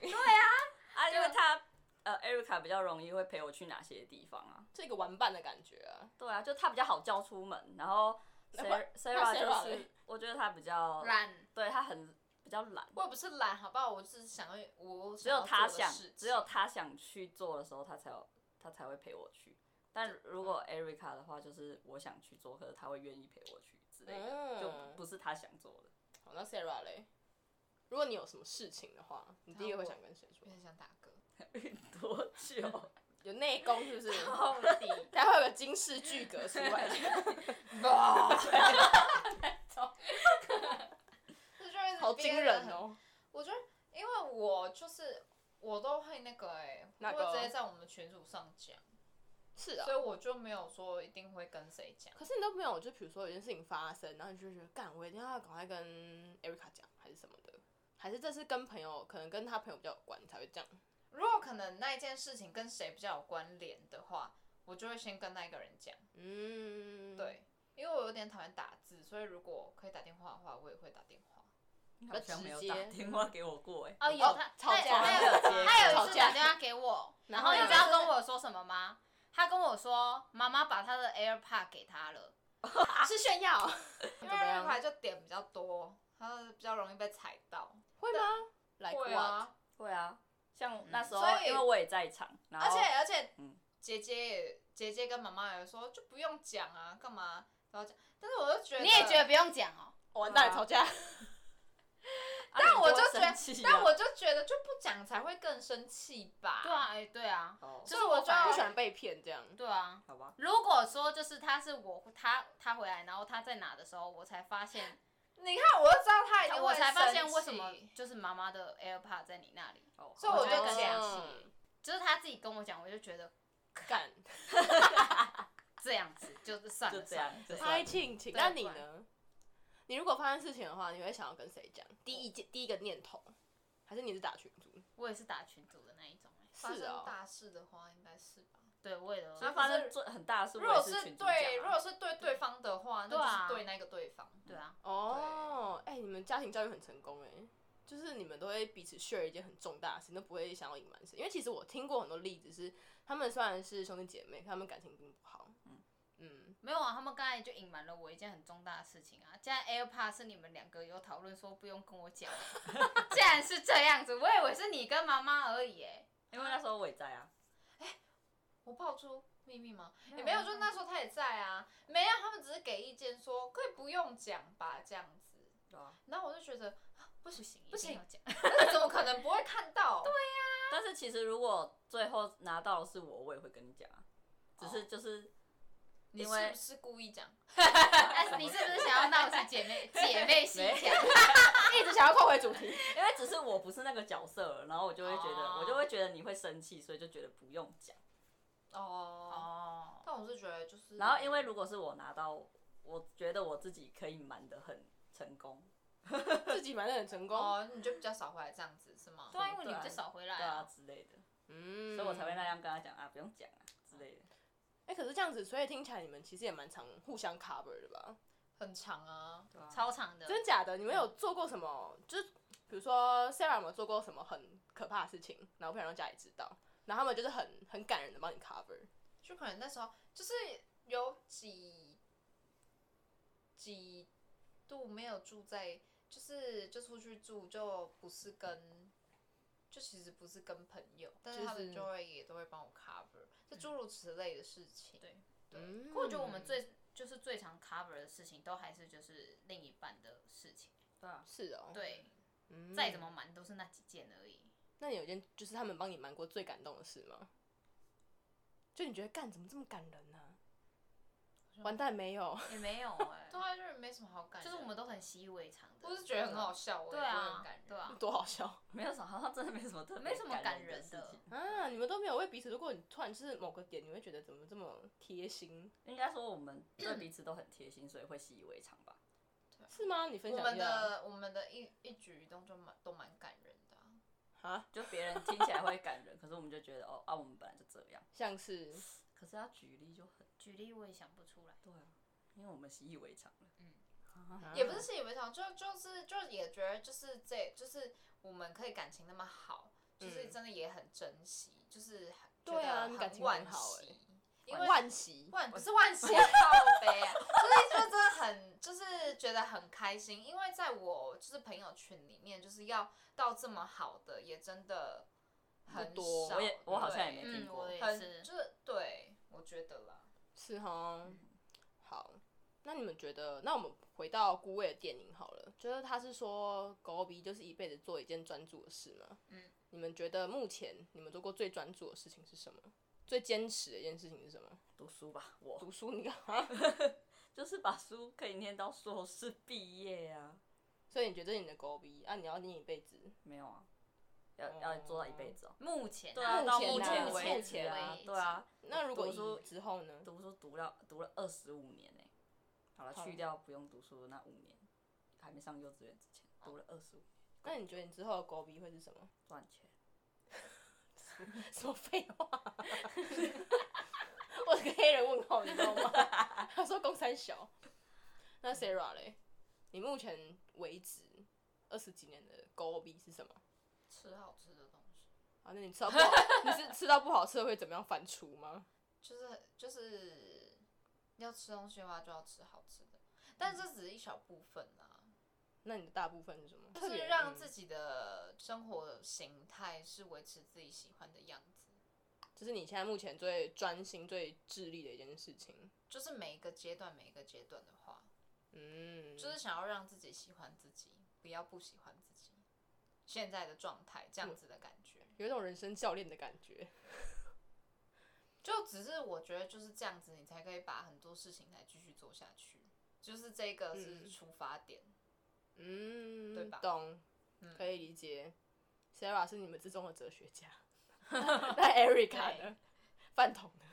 因为她呃 Erica 比较容易会陪我去哪些地方啊？这个玩伴的感觉啊。对啊，就她比较好叫出门，然后 <laughs> 那不 Sarah Sarah 那 Sarah 就嘞是我觉得她比较，烂，对她很比较懒。我也不是懒，好不好？我只是想要我只有她他想，只有他想去做的时候，他才有他才会陪我去。但如果 Erica 的话，就是我想去做，可是他会愿意陪我去之类的，就嗯不是他想做的。 <laughs> 好，那 Sarah 嘞，如果你有什么事情的话，你第一个会那我想跟谁说有？点想打嗝。运多 <laughs> 久？有内功是不 <laughs> 是？到底它会有个金氏巨格出来。这就一直好憋惊得人很！哦！我觉得，因为我就是我都会那个哎、哪我会个直接在我们群组上讲，是啊所以，我就没有说一定会跟谁讲。可是你都没有，就比如说有件事情发生，然后你就觉得干，我一定要赶快跟 Erica 讲，还是什么的，还是这是跟朋友，可能跟他朋友比较有关，你才会这样。如果可能那一件事情跟谁比较有关联的话，我就会先跟那一个人讲。嗯，对，，因为我有点讨厌打字，所以如果可以打电话的话，我也会打电话。你好像没有打电话给我过哎、<laughs> 哦，有他吵架他 <laughs> 有吵架他有一吵次架打电话给我，然然后后呢你知道跟我说什么吗？他跟我说妈妈把他的 AirPod 给他了，啊是炫耀， <laughs> 因么为样那牌就点比较多，它比较容易被踩到。会吗？来会啊，会啊，像那时候所以因为我也在场，然后而且而且嗯，姐姐也姐姐跟妈妈也说就不用讲啊，干嘛都要讲。但是我就觉得你也觉得，不用讲哦。完蛋了，吵架。啊但你我就会就觉生得气啊，但我就觉得就不讲才会更生气吧。对啊，哎、对啊，哦就所是以我我反而不喜欢被骗这样。对啊。好吧，如果说就是他是我他他回来，然后他在哪的时候，我才发现， <laughs> 你看，我就知道他已经我会才发现生为什么气就是妈妈的 AirPod 在你那里，哦所以我就就跟讲，嗯就是他自己跟我讲，我就觉得干这样子 <laughs> 就是算了就这样算了，就这样拍庆庆。对那你不然呢？你如果发生事情的话，你会想要跟谁讲？第一件第一个念头，还是你是打群主？我也是打群组的那一种、欸，发是哦生大事的话，应该是吧。对，我也有那发生最很大的事，如果我也是群主对，讲如啊果是对对方的话，对啊那就是对那个对方。对啊，哦，哎、你们家庭教育很成功哎，就是你们都会彼此 share 一件很重大的事情，都不会想要隐瞒谁。因为其实我听过很多例子是，他们虽然是兄弟姐妹，他们感情并不好。嗯没有啊，他们刚才就隐瞒了我一件很重大的 <laughs> 事情啊！既然 AirPod 是你们两个有讨论说不用跟我讲，既然是这样子，我以为是你跟妈妈而已哎、因为那时候我也在啊，我爆出秘密吗？也没有，就那时候他也在啊。没有，他们只是给意见说可以不用讲吧，这样子。对啊，然后我就觉得 <laughs> 啊不不行，行，不行一定要讲， <laughs> 那怎么可能不会看到？对，但是其实如果最后拿到的是我，我也会跟你讲啊，只哦是就是你因是为不是故意讲？哎你是不是想要闹是姐妹姐妹 <laughs> 心没结？一直想要扣回主 <laughs> 题，因为只是我不是那个角色，然后我就会觉得哦我就会觉得你会生气，所以就觉得不用讲。哦，哦，但我是觉得就是，然后因为如果是我拿到，我觉得我自己可以瞒得很成功，自己瞒得很成功。哦，你就比较少回来这样子是吗？对啊，因为你们就少回来对啊啊，之类的，嗯，所以我才会那样跟他讲啊，不用讲啊之类的。哎、可是这样子，所以听起来你们其实也蛮常互相 cover 的嗯吧？很长啊，对啊超长的，真假的？你们有做过什么？就是比如说 Sarah 有没有做过什么很可怕的事情，然后不想让家里知道，然后他们就是很很感人的帮你 cover。就可能那时候就是有几几度没有住在，就是就出去住，就不是跟，就其实不是跟朋友，但是他就是们就会也都会帮我 cover，就诸如此类的事情。嗯对，嗯，可我觉得我们最就是最常 cover 的事情，都还是就是另一半的事情，对啊，是哦，对，嗯再怎么瞒都是那几件而已。那你有一件就是他们帮你瞒过最感动的事吗？就你觉得干怎么这么感人呢、啊完蛋没有？ <laughs> 也没有 <laughs> 哎、对啊，就是没什么好感人的，就是我们都很习以为常的，我是觉得很好笑，我也对不会很啊感人，，对啊，多好笑没有什么，好像真的没什么特别，没什么感人的事情。啊！你们都没有为彼此，如果你突然就是某个点，你会觉得怎么这么贴心？应该说我们对彼此都很贴心，所以会习以为常吧。是吗？你分我享们一下的我们的一一举一动就蛮都蛮感人的啊、啊，就别人听起来会感人，可是我们就觉得哦啊，我们本来就这样。像是可是要举例就很举例我也想不出来。对啊，因为我们习以为常了。也不是习以为常，就就是就也觉得就是这就是我们可以感情那么好，就是嗯真的也很珍惜，就是很对啊你觉得感很情很惋好欸惜，因为惋惜，惋不是惋惜啊，靠悲啊，就是就真的很就是觉得很开心，因为在我就是朋友群里面，就是要到这么好的，也真的很多少我也我好像也没对听嗯，过我。也很是。就是对，我觉得啦，是哈。好，那你们觉得？那我们回到孤味的电影好了，就是他是说狗比就是一辈子做一件专注的事嘛。嗯，你们觉得目前你们做过最专注的事情是什么？最坚持的一件事情是什么？读书吧，我读书，你干嘛？ <laughs> 就是把书可以念到硕士毕业啊。所以你觉得这是你的狗比啊？你要念一辈子？没有啊，要要做到一辈子哦。目前对啊，到目目前为前为止止啊为，止对啊，那如果读书以之后呢？读书读了读了二十五年呢、好了，好去掉不用读书的那五年，还没上幼稚园之前，读了二十五，那你觉得你之后的狗比会是什么？赚钱。什么废话？ <laughs> 我是个黑人问号，你知道 <laughs> 吗？他说公三小。那 Sarah 嘞？你目前为止二十几年的狗逼是什么？吃好吃的东西，啊，那你吃到不 <laughs> 好，你是吃到不好吃的会怎么样反刍吗？就是就是要吃东西的话就要吃好吃的，但这只是一小部分啦，那你的大部分是什么？就是特别让嗯自己的生活形态是维持自己喜欢的样子，这是你现在目前最专心、最致力的一件事情。就是每一个阶段每一个阶段的话，嗯，就是想要让自己喜欢自己，不要不喜欢自己现在的状态这样子的感觉。有一种人生教练的感觉。就只是我觉得就是这样子，你才可以把很多事情来继续做下去，就是这个是嗯出发点。嗯，对吧懂，嗯可以理解。Sarah 是你们之中的哲学家，那 Erica 呢？饭桶呢？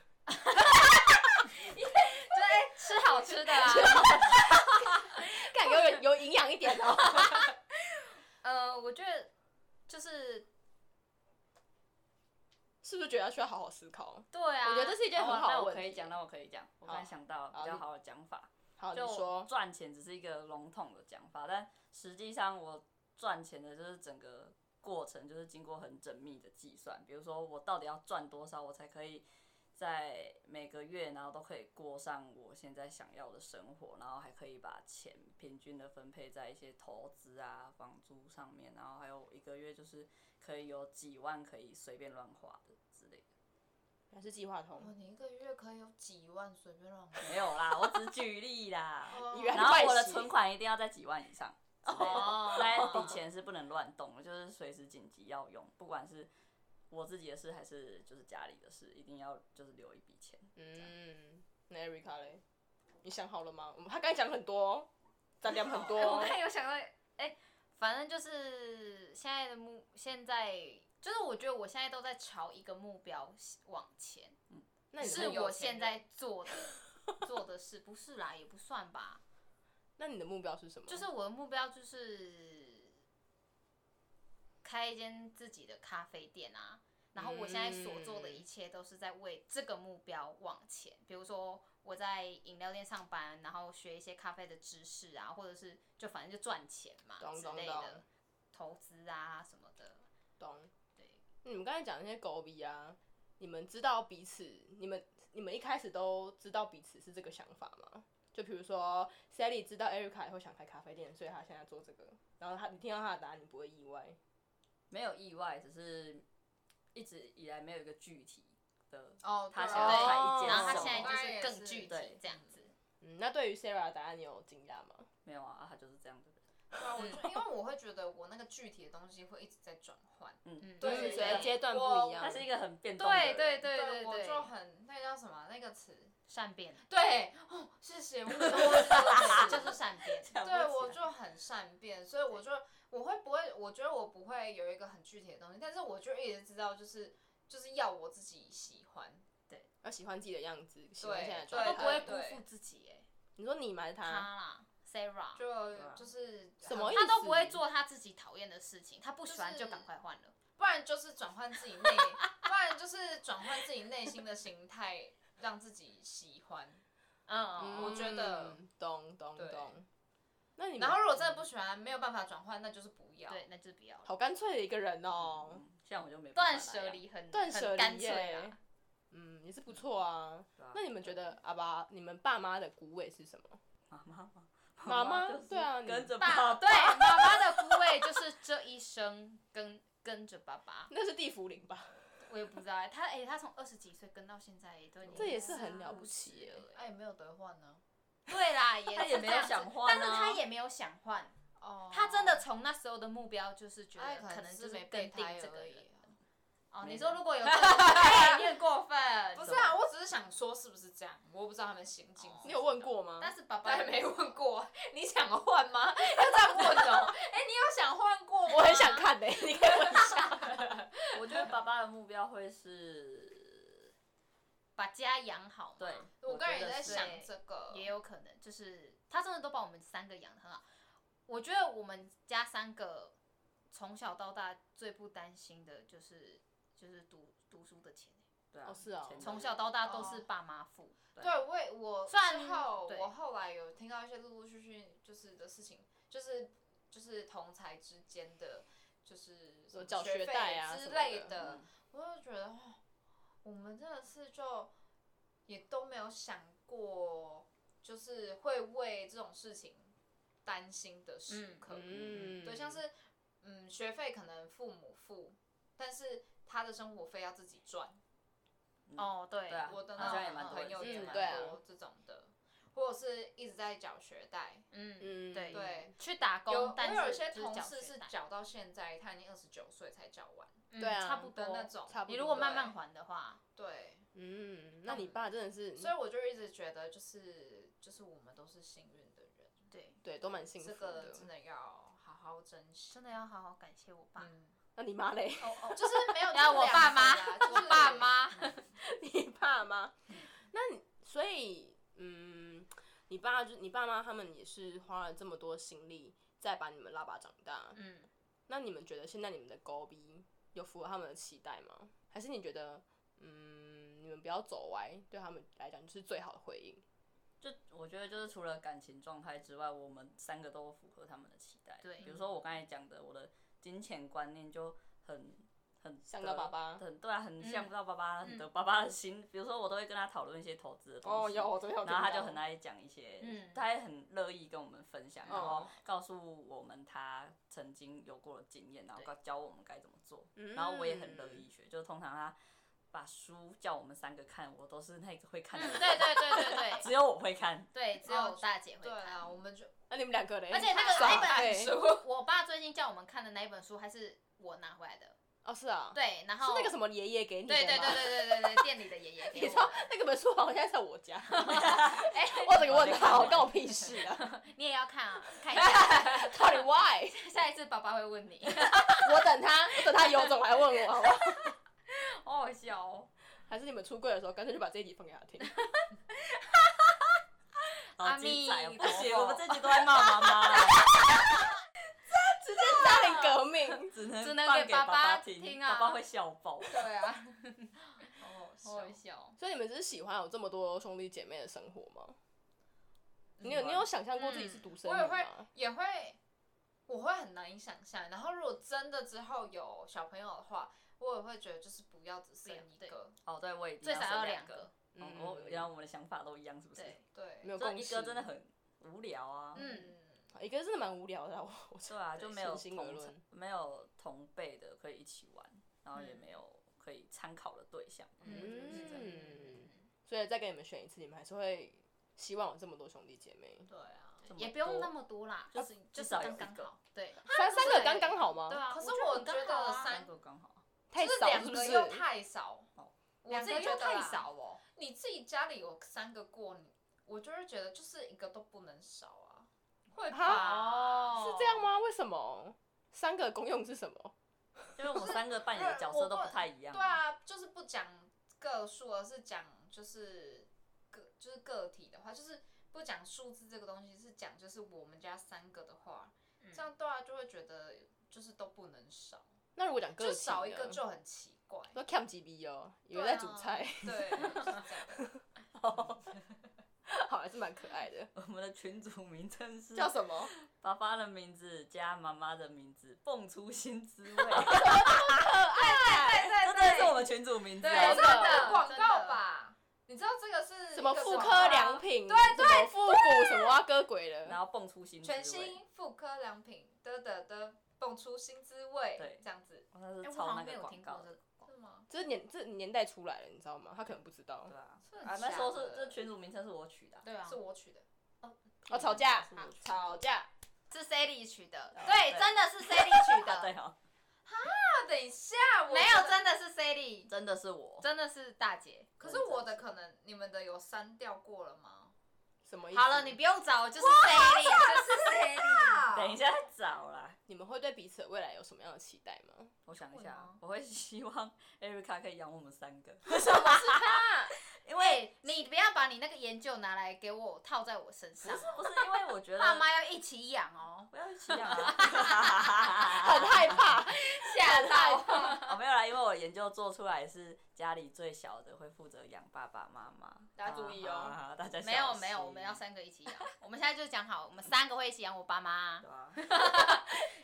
吃好吃的啊。 <laughs> 看有有营养一点哦。呃，我觉得就是 <laughs> 是不是觉得需要好好思考？对啊，我觉得这是一件很好好那的我问可以题。讲，那我可以讲，我刚才想到好比较好的讲法，好，你就说，赚钱只是一个笼统的讲法，但实际上我赚钱的就是整个过程，就是经过很缜密的计算，比如说我到底要赚多少，我才可以在每个月，然后都可以过上我现在想要的生活，然后还可以把钱平均的分配在一些投资啊、房租上面，然后还有一个月就是可以有几万可以随便乱花的之类的。还是计划哦，通，你一个月可以有几万，随便乱花。没有啦，我只是举例 <laughs> 啦。 <laughs> 哦原来然后我的存款一定要在几万以上之类哦的，那笔钱是不能乱动的，就是随时紧急要用，不管是我自己的事还是就是家里的事，一定要就是留一笔钱。嗯，那 Erica 嘞？你想好了吗？我们他刚才讲很多哦， <laughs> 咱讲很多我 <laughs> 哦刚。才有想到， <laughs> 哎、反正就是现在的目，现在就是我觉得我现在都在朝一个目标往前，那你的是目标我现在做的做的事，不是啦，也不算吧，那你的目标是什么？就是我的目标就是开一间自己的咖啡店啊。然后我现在所做的一切都是在为这个目标往前，比如说我在饮料店上班，然后学一些咖啡的知识啊，或者是就反正就赚钱嘛懂之懂类懂的，投资啊什么的。懂。嗯对，你们刚才讲的那些狗逼啊，你们知道彼此，你们你们一开始都知道彼此是这个想法吗？就比如说，Sally 知道 Erica 也会想开咖啡店，所以她现在做这个。然后她，你听到她的答案，你不会意外。没有意外，只是一直以来没有一个具体的哦，他对想要对开一间然后他什么现当在然也就是更是具体对这样子。嗯，那对于 Sarah 的答案，你有惊讶吗？没有啊，啊他就是这样的人。对 <laughs> 啊，我就因为我会觉得我那个具体的东西会一直在转换。嗯，对就是对随着阶段不一样。他是一个很变动的对人。对对对我对，就很那个叫什么那个词？善变，对，哦，谢谢，我 <laughs> 我就是善想不变。起来， <laughs> 对，我就很善变，所以我就我会不会，我觉得我不会有一个很具体的东西，但是我就一直知道，就是就是要我自己喜欢，要喜欢自己的样子，喜欢对现在的对都状不会态。辜对负自己哎，你说你埋他他，啦，Sarah，就啊就是什么意思他都不会做他自己讨厌的事情，他不喜欢就是就赶快换了。不然就是转换自己内，不然就是转换自己内心的形态，让自己喜欢。嗯，我觉得嗯懂懂对懂。那你们然后如果真的不喜欢，没有办法转换，那就是不要。对，那就是不要了好干脆的一个人哦、嗯像我就没办法啊断舍离很断舍很离干耶脆啊啦。嗯，也是不错啊。那样。那你们觉得阿爸、你们爸妈的骨尾是什么？妈妈吗？妈妈就是对啊你 <laughs> 跟着爸爸对妈妈的枯萎就是这一生跟跟着爸爸，那是地茯苓吧？我也不知道哎、他哎、他从二十几岁跟到现在也都已经这也是很了不起耶45了他也没有得换呢。对啦，也他也是没这有样子想换但是啊他也没有想换，哦他真的从那时候的目标就是觉哎得可能就就是没备跟定胎这个而已人。啊。哦，没你有说如果有这种，哎，你很过分。不是啊，我只是想说是不是这样，我不知道他们心境哦。 <laughs> 你有问？过吗？但是爸爸但没问过，你想换吗？要这样问哦。 <laughs> 哎，你有想换过吗？我很想看呢、 <laughs> 你可以问一下。我觉得爸爸的目标会是，把家养好嘛，对，我刚觉才也得在是想这个，也有可能就是他真的都把我们三个养得很好。我觉得我们家三个从小到大最不担心的就是就是读读书的钱，对啊，哦是哦前从阵小子到大都是爸妈付。哦对，啊我也我虽然之后对我后来有听到一些陆陆续续就是的事情，就是就是同才之间的，就是什么缴学学贷啊费之什么类的的嗯，我就觉得哦，我们真的是就也都没有想过，就是会为这种事情担心的时嗯刻。对，像是嗯学费可能父母付，但是他的生活费要自己赚。哦，对，对啊我的好像也那蛮种多朋人友这也样蛮对啊多这种的，或者是一直在缴学贷。嗯，嗯对对去打有工，我但是有一些就是同缴事学是贷缴到现在，他已经二十九岁才缴完嗯对啊差不多的那。种。差不多啊你如果慢对慢还的话，对，嗯，那你爸真的是，所以我就一直觉得，就是就是我们都是幸运的人，对，对都蛮幸福这的。个真的要好好珍惜。真的要好好感谢我爸。嗯，那你妈嘞？哦哦，就是没 <laughs> 有然后这我两爸个妈 <laughs> 啦就是我 <laughs> 爸妈你爸妈？ <laughs> 那你所以，嗯，你爸就你爸妈他们也是花了这么多心力再把你们拉拔长大。嗯，那你们觉得现在你们的高逼有符合他们的期待吗？还是你觉得，嗯，你们不要走歪，对他们来讲就是最好的回应？就我觉得就是除了感情状态之外，我们三个都符合他们的期待。对比如说我刚才讲的，我的金钱观念就很很像得到爸爸很对啊，很像嗯到爸爸，很得爸爸的心。比如说我都会跟他讨论一些投资的东哦西，昨哦天有然后他就很爱讲一些，嗯他也很乐意跟我们分享，然后哦告诉我们他曾经有过的经验，然后对教我们该怎么做。嗯然后我也很乐意学，就通常他把书叫我们三个看，我都是那个会看的嗯，人，对对对对 <laughs> 对只有我会看。对，只有哦大姐会对啊，看。我们就那你们两个嘞？而且那个耍那本废书 <laughs> 我爸最近叫我们看的那一本书还是我拿回来的，哦，是啊，，对，然是后那个什么爷爷给你的吗对对对，对对对对，店里的爷爷你给知我道的， <laughs> 那个本书好像现在在我 <laughs> 家，哎，我 <laughs> 整个问号，关我屁事 <laughs> 啊！你也要看啊，看一下，到底 why？下一次爸爸会问你， <laughs> 我等他，我等他有种来问我好不好？好好笑哦！还是你们出柜的时候，干脆就把这一集放给他听。好精彩哦！阿弥不陀佛 <laughs> 行，我们这集都在骂妈妈了，家庭革命，只能只能放给给爸爸爸听，听啊爸爸会笑爆。对啊，哦，好笑笑。 <laughs> 所以你们只是喜欢有这么多兄弟姐妹的生活吗？嗯你有嗯你有想象过自己是独生我女也会吗？也会，我会很难以想象。然后如果真的之后有小朋友的话，我也会觉得就是不要只生一个，哦，对，我也最少要要两个个。哦嗯，我原来我们的想法都一样，是不是？对对，没有就共一识个真的很无聊啊。嗯一个真的蛮无聊的啊，我我对啊，就没有身心而同论没有同辈的可以一起玩，然后也嗯没有可以参考的对象。嗯我觉得是这样。嗯，所以再给你们选一次，你们还是会希望有这么多兄弟姐妹？对啊。这么也不用多那么多啦，就是就至是少有刚一刚个好，，对三啊三个对刚刚好吗？对啊。可是我我觉很刚好得啊三三个刚好。太就是少两是不个是？又太少哦，我两自己个觉又得太啦。少哦，你自己家里有三个过，你我就是觉得就是一个都不能少啊，会吧？哦是这样？吗？为什么？三个功用是什么？因为我们三个扮演的角色都不太一样。对，啊，就是不讲个数，而是讲就是个就是个体的话，就是不讲数字这个东西，是讲就是我们家三个的话，嗯这样对啊就会觉得就是都不能少，那如果讲个就体少一呢个就很奇怪。说 cam 几 B 哦，有人对在啊煮菜，对，就是这哎样。好还是蛮可爱的。我们的群主名称是叫什么？爸爸的名字加妈妈的名字，蹦出新滋味， <laughs> <laughs> 对这真的是我们群主名字哦。对对，真真的的广告吧？你知道这个是什么一个妇广科告良品？对对，复古什么挖哥鬼 <laughs> 然的？嗯后蹦出新滋味，全新妇科良品，的的的，蹦出新滋味，对这样子，哇，哦那哎是我抄好那像没个有广听过告这的，个广告。是吗？这年这年代出来了，你知道吗？他可能不知道对。啊，真的啊，那时候假是的这群主名称是我取的啊，对啊是，我取的，哦，吵架啊是我，取的吵架，是 Sally 取的，啊对，对真的是 Sally 取啊， <laughs> 对的，哦，那等一下，我没有，的真的是 Sally，真的是哦我，真的是大姐。可是我的可能你们的有删掉过了吗？什么意思？好了，你不用找，我就是 Sally，就是啊 Sally。等一下再找啦。你们会对彼此的未来有什么样的期待吗？我想一会下啊吗，我会希望 Erica 可以养我们三个， <laughs> 因哎为你不要把你那个研究拿来给我套在我身上，不是因为我觉得爸妈要一起养哦。不要一起养啊， <laughs> 很害怕，吓 <laughs> 到！哦没有啦，因为我研究做出来是家里最小的会负责养爸爸妈妈，大家注意哦啊好好大家小心没有没有，我们要三个一起养。我们现在就讲好，我们三个会一起养我爸妈对， <laughs> 啊，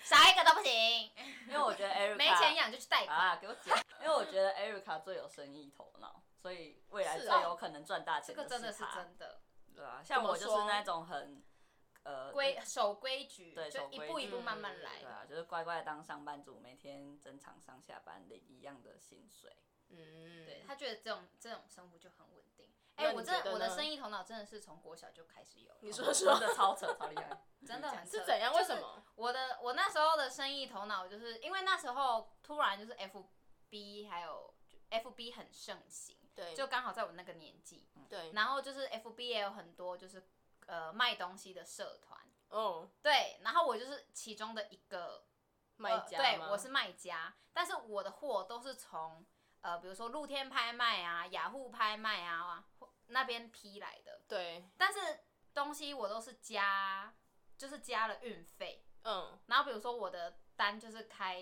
少一个都不行。因为我觉得 Erica 没钱养就去贷款。啊，给我讲，因为我觉得 Erica 最有生意头脑，所以未来是最哦有可能赚大这钱个真的是她真的，对啊，像我就怎么是说那种很呃规守规矩，对就守一规矩步一步慢慢来对。啊，就是乖乖地当上班族，每天正常上下班领一样的薪水。 <laughs> 嗯，对他觉得这种这种生活就很稳定。那哎，你我觉得真的呢我的生意头脑真的是从国小就开始有了。你说说真，的超扯，超厉害。真的很是扯怎样？就为是什么？我的我那时候的生意头脑，就是因为那时候突然就是 F B 还有就 F B 很盛行，对就刚好在我那个年纪，对，然后就是 F B 也有很多就是呃卖东西的社团，哦，对，然后我就是其中的一个卖家呃，吗对，我是卖家，但是我的货都是从呃比如说露天拍卖啊、雅虎拍卖啊或那边批来的，对，但是东西我都是加就是加了运费。嗯，然后比如说我的单就是开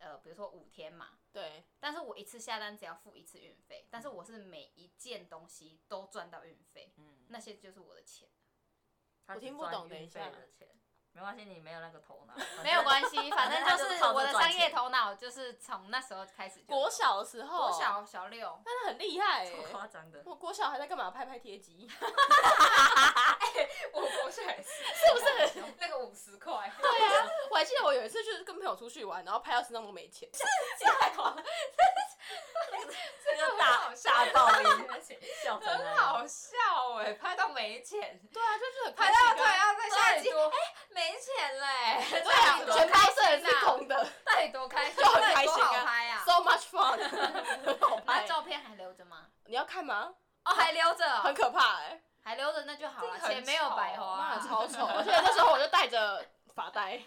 呃，比如说五天嘛，对，但是我一次下单只要付一次运费，但是我是每一件东西都赚到运费，嗯，那些就是我的钱，我听不懂等一下没关系，你没有那个头脑， <laughs> 没有关系，反正他就就是是靠我着的赚商业钱头脑就是从那时候开始就有国小的时候，国，小小六，但是很厉害系哎。夸张的。我国小还在干嘛？拍拍贴机，<laughs> <laughs> 我国小也是，是不是那个五十块？对啊，我还记得我有一次就是跟朋友出去玩，然后拍到身上都没钱，这个很大好笑大爆音，笑成很好笑哎，拍到没钱，对啊，就是很拍开到心对啊。啊，在下一集多没钱嘞，对啊，多全拍摄开人心是啊空的到底多开心？就很开多心好啊拍啊！ ，so much fun，很 <laughs> 好那拍。啊照片还留着吗？你要看吗？哦，还留着很哦，可怕哎，还留着那就好了，这个很钱没有白花妈啊。 <laughs> 的超丑， <laughs> 而且那时候我就戴着发带，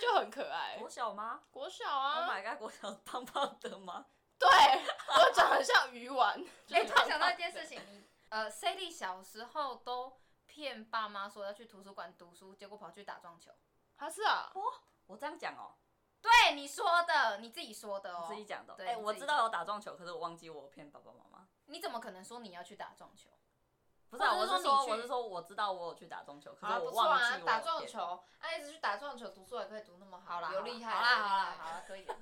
就很可爱国。小吗国小？Oh 啊， my god，国小胖胖的吗？对我长得像鱼丸，哎、就是突然胖想到胖一件事 <laughs> 情，你呃，Sally 小时候都骗爸妈说要去图书馆读书，结果跑去打撞球。他是啊，我这样讲哦，对你说的，你自己说的哦。我自己讲的哦。对哎，你我自知己道有打撞球，可是我忘记我骗爸爸妈妈。你怎么可能说你要去打撞球？不是啊，或我者是是说说，你去我是说，我知道我有去打撞球，可好啦是不我错忘记啊我，有打撞骗球，啊，一直去打撞球，读书也可以读那么好，好啦，有厉害，好啦，好有啦，厉害好 <laughs> 啦，可以了。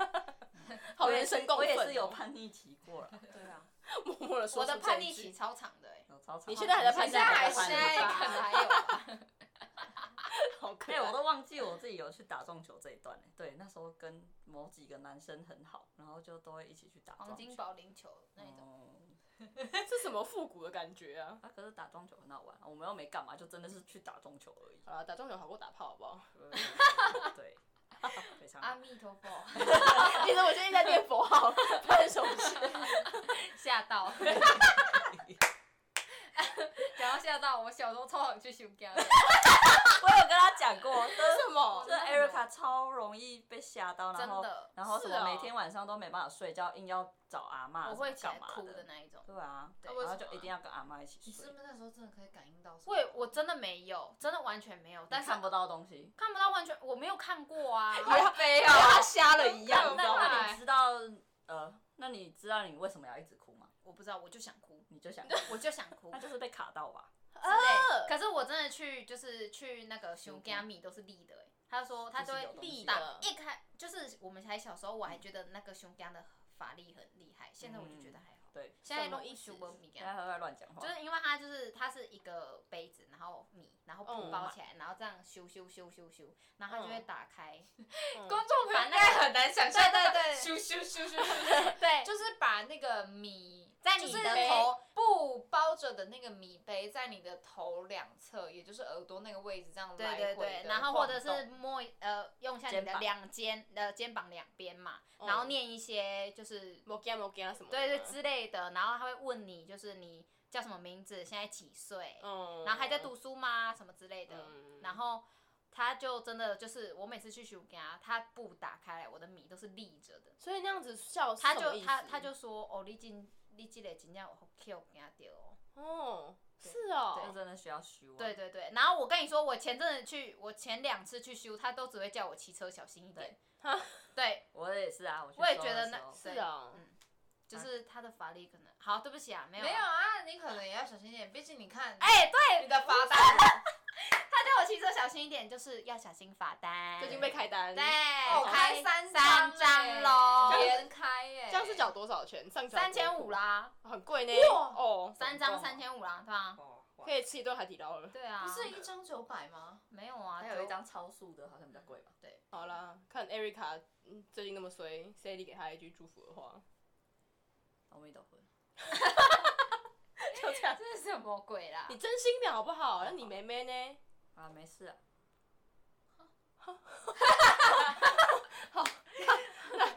好人身共我愤哦。也是有叛逆期过了，对啊，默默的说我出这的叛一逆句期，超长的哎、有超常。你现在还在叛逆现在还期是吧 <laughs> 现在可哦能还有 <laughs> 吧。好可哎、爱。我都忘记我自己有去打撞球这一段嘞、欸对，那时候跟某几个男生很好，然后就都会一起去打撞球。黄金保龄球那一种，哦这什么复古的感觉啊！啊，可是打撞球很好玩，我们又没干嘛，就真的是去打撞球而已。好了，打撞球好过打炮，好不好？嗯 <laughs> 对，非常阿好。弥陀佛，你怎么最近在念佛号？发生什么事？ <laughs> 吓到。 <laughs> 讲到吓到，我小时候超想去修家的。我有跟他讲 <laughs> 过，就是 <laughs> 什么就是 Erica 超容易被吓到，然后真的然后什是啊么哦每天晚上都没办法睡觉，硬要找阿妈，我会起来干嘛哭的那一种。对啊，对然后为什就么一定要跟阿妈一起你是睡不，是那时候真的可以感应到什么？我也 <laughs> 我真的没有，真的完全没有，但但是看不到东西。看不到完全，我没有看过啊。 <laughs> 好悲啊，他瞎了一样，你知道那吗？哦那你知道呃，那你知道你为什么要一直哭吗？我 <laughs> 不知道，我就想哭，你就想，我就想 <laughs> 哭那之就是被卡到 <laughs> 吧？类。可是我真的去就是去那个熊家米都是立的、欸，他说他就是就会有东西立的打一开就是我们还小时候，我还觉得那个熊家的法力很厉害，现在我就觉得还好。对，现在什么都意一思起问米现在啊。还在乱讲话，就是因为它就是它是一个杯子，然后米，然后布嗯包起来，然后这样咻咻咻咻咻，然后它就会嗯打开。观众朋友应该很难想象对那对个对咻咻咻咻咻，对，哎就是把那个米在就你是的头头布包着的那个米杯在你的头两侧，也就是耳朵那个位置这样来对回对对，然后或者是摸一呃用一下你肩的膀两肩呃肩膀两边嘛，然后嗯念一些就是摩加摩加什么的对对吗之类的，然后他会问你就是你叫什么名字，现在几岁，嗯，然后还在读书吗什么之类的，嗯然后。他就真的就是我每次去徐给他，他布打开来，我的米都是立着的。所以那样子笑是他什么就意思他他就说哦，你今你这个真正有好 Q 给他丢哦。哦，对是这哦，真的需要修啊。对对对，然后我跟你说，我前阵子去，我前两次去修，他都只会叫我骑车小心一点。对，我也是啊，我去我也收觉的得时那候是是哦，嗯啊就是他的法力可能好，对不起啊，没有啊没有啊，你可能也要小心一点，毕竟你看，哎、对你的罚单他叫我骑车小心一点，就是要小心罚单。最近被开单，嗯对，哦哎开三三张张喽，连开哎耶，这样是缴多少钱？上三千五啦，啦，很贵呢，哇哦，三张三千五啦，对吧？哦，哇可以吃一顿海底捞了。对啊，不是一张九百吗？没有啊，还有一就张超速的，好像比较贵吧？好啦，看 Erica 嗯最近那么衰，Sally 给她一句祝福的话，阿弥陀佛，就这样。这是什么鬼啦？你真心点好不好？那你妹妹 <laughs> 呢？啊，没事啊，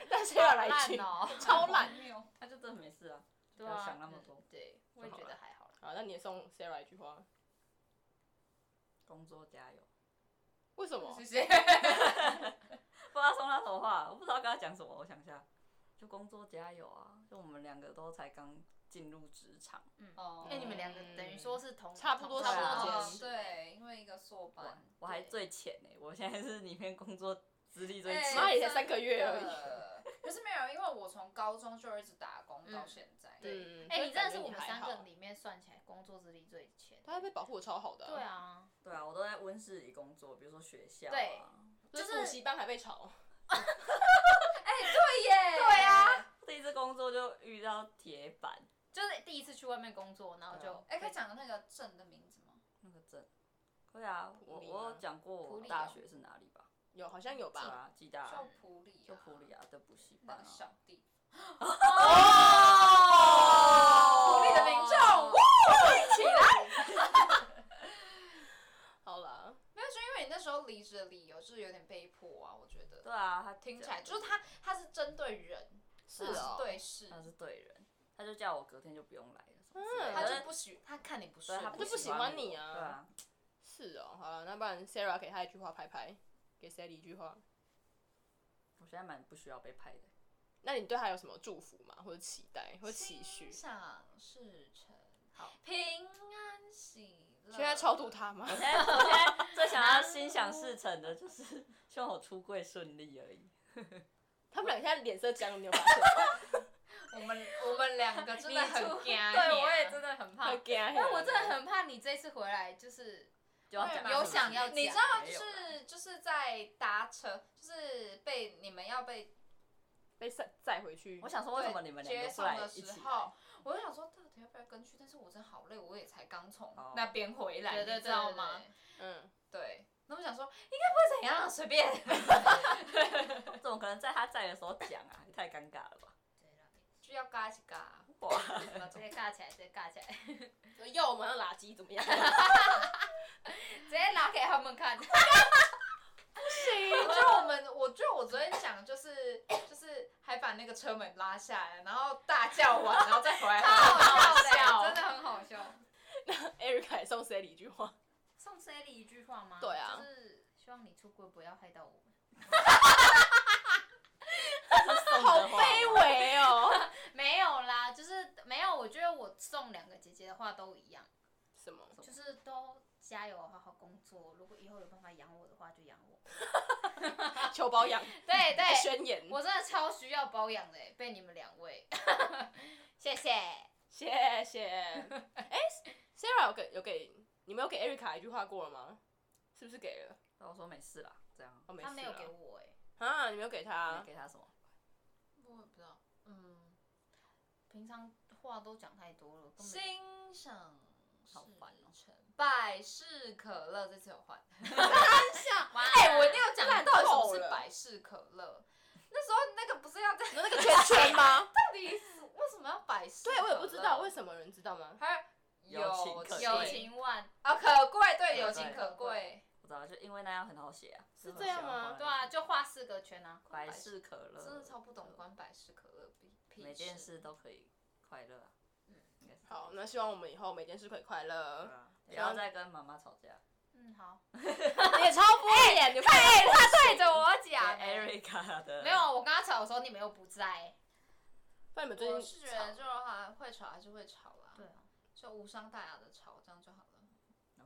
那谁要来一 <laughs> 句？哦，超懒。他就真的没事啊，不对要啊，想那么多嗯，对，我也觉得还好啦。好，那你也送 Sarah 一句话，工作加油。为什么？谢。不知道送他什么话，我不知道跟他讲什么。我想一下，就工作加油啊！就我们两个都才刚进入职场，哦因为你们两个等于说是同差不多同时间差不多哦同，时对，因为一个硕我班，我还最浅呢、我现在是里面工作资历最哎浅。妈也才真三个月 <laughs> 而已的可是没有，因为我从高中就一直打工到嗯现在。嗯，哎、所以你真感的觉是我们还三个好，里面算起来工作资历最浅。她被保护的超好的。对，啊，对啊，我都在温室里工作，比如说学校、啊。对就是就是补习班还被炒。对耶，对啊。第一次工作就遇到铁板，就是第一次去外面工作，然后就对啊哎，可以讲那个镇的名字吗？那个证。对啊，我普里我有吗讲过普我里大哦学是哪里吧？有，好像有对吧？啊，暨大叫哦普里，就普里，啊的补习那班个啊。小弟。哦普里的民众，好啦，没有，就因为你那时候离职的理由就是有点被迫啊，我觉对得啊，他听起讲来就是他他是针对人，是不是哦，对事，他是对人，他就叫我隔天就不用来了什么之类的。他可是就不喜他看你不所以顺，他就不喜欢你啊对啊，是哦，好了，那不然 Sarah 给他一句话拍拍，给 Sally 一句话。我现在蛮不需要被拍的。那你对他有什么祝福吗？或者期待，或者期许？心现想事成，好，平安喜乐。在超度他吗？我现在我现在最想要 <laughs> 心想事成的就是 <laughs> 希望我出柜顺利而已。他们俩现在脸色僵，你有发现吗？我们我们两个真的很你出尴尬，对我也真的很怕好，惊！但我真的很怕你这次回来就是就要讲有想要你知道，讲就没有啦是就是在搭车，就是被你们要被被载载回去。我想说为什么你们两接个不送来的一时起啊候来？，我就想说到底要不要跟去，但是我真的好累，我也才刚从哦那边回来，对对你知道对对吗？嗯，对，那我想说应该不会怎样啊，随便。 <laughs> 怎么可能在他在的时候讲啊？也太尴尬了吧！就要嘎一起嘎，哇，把直接尬起来，直接尬起来，又我们要垃圾怎么样？直接拿给他们看。我觉得我们，我觉得我昨天想就是就是还把那个车门拉下来，然后大叫完，然后再回来，好笑笑，真的很好笑。 Erica 也送 Sally 一句话，送 Sally 一句话吗？对啊就是希望你出轨不要害到我们。好卑微哦。没有啦，就是没有。我觉得我送两个姐姐的话都一样，什么？就是都加油，好好工作。如果以后有办法养我的话，就养我。求保养？对 <laughs> 对，宣言。我真的超需要保养的欸，被你们两位，谢谢。谢 <laughs> 谢。哎，Sarah 有给有给你们有给 Erica 一句话过了吗？是不是给了？那我说没事啦，这样哦，没事啦。他没有给我哎，啊，你没有给你他给他什么？我也不知道，嗯，平常话都讲太多了，根本欣赏好烦哦事成百事可乐，这次有换。哇哎、我一定要讲烂到底什透么了是百事可乐。那时候那个不是要在你说那个圈 <laughs> 圈吗？到底是为什么要百事可乐？对，我也不知道，为什么有人知道吗？还有友情可情友贵情万啊，可贵，对，友对情可贵。不知道，就因为那样很好写啊，是这样吗对啊，就画四个圈啊，百事可乐，真的超不懂关百事可乐屁屁每件事都可以快乐啊。应该是这样好，那希望我们以后每件事可以快对乐。啊不要再跟妈妈吵架。嗯好，你也超敷衍，你看哎，他对着我讲给 <laughs> Erica 的没有，我跟他吵的时候你们又不在，那你们最我近是觉得就还会吵还是会吵啦，对啊，就无伤大雅的吵，这样就好了。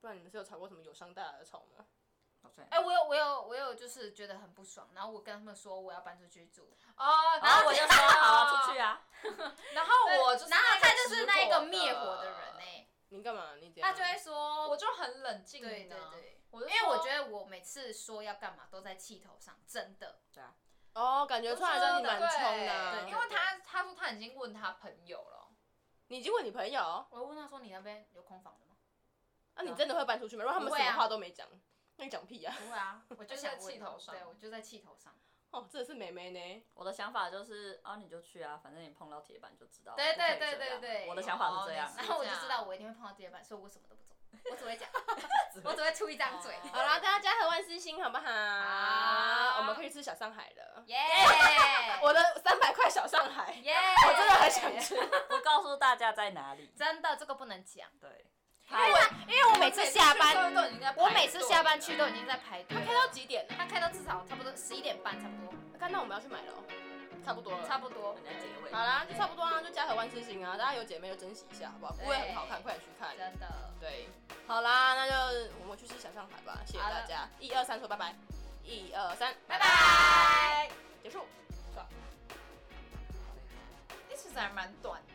不然你们是有吵过什么有伤大雅的啊吵吗？好像也哎，我有我有我有就是觉得很不爽，然后我跟他们说我要搬出去住，哦，然后我就说好啊，出去啊。然后我就是然后那他就是那一个个直播灭火的人哎，你干嘛？你怎样他就会说我就很冷静呢，对对对，我就因为我觉得得我每次说要干嘛都在气头上，真的。哦，感觉突然间你蛮冲的啊。因为他他说他已经问他朋友了，你已经问你朋友，啊，我问他说你那边有空房的吗？你真的会搬出去吗？如果他们不什会啊么话都没讲，那你讲屁 <laughs> 啊！不会啊，我就就是想在问气他头上对我就在气头上。哦，真的是妹妹呢。 <laughs> 我的想法就是啊，你就去啊，反正你碰到铁板就知道。对不可以对对这样啊对对我的想法是这样哦，然后我就知道我一定会碰到跌板，所以我什么都不做，我只会讲，我只会出一张嘴。好啦，大家家和万事兴，好不好？我们可以吃小上海了。耶！我的三百块小上海，耶！我真的很想吃。不告诉大家在哪里。真的这个不能讲，对，因为我每次他下班，们都已经在排我每次队下班了去都已经在排队他了。开到几点呢？他开到至少差不多十一点半，差不多，看到我们要去买了哦，差不多了，差不多人。家结尾。好啦，就差不多啊，就家和万事兴啊，大家有姐妹就珍惜一下，好不好？不会很好看，快点去看。真的，对，好啦，那就我们去吃小上海吧，谢谢大家，一二三说拜拜，一二三，拜拜。结束。其实还蛮短的。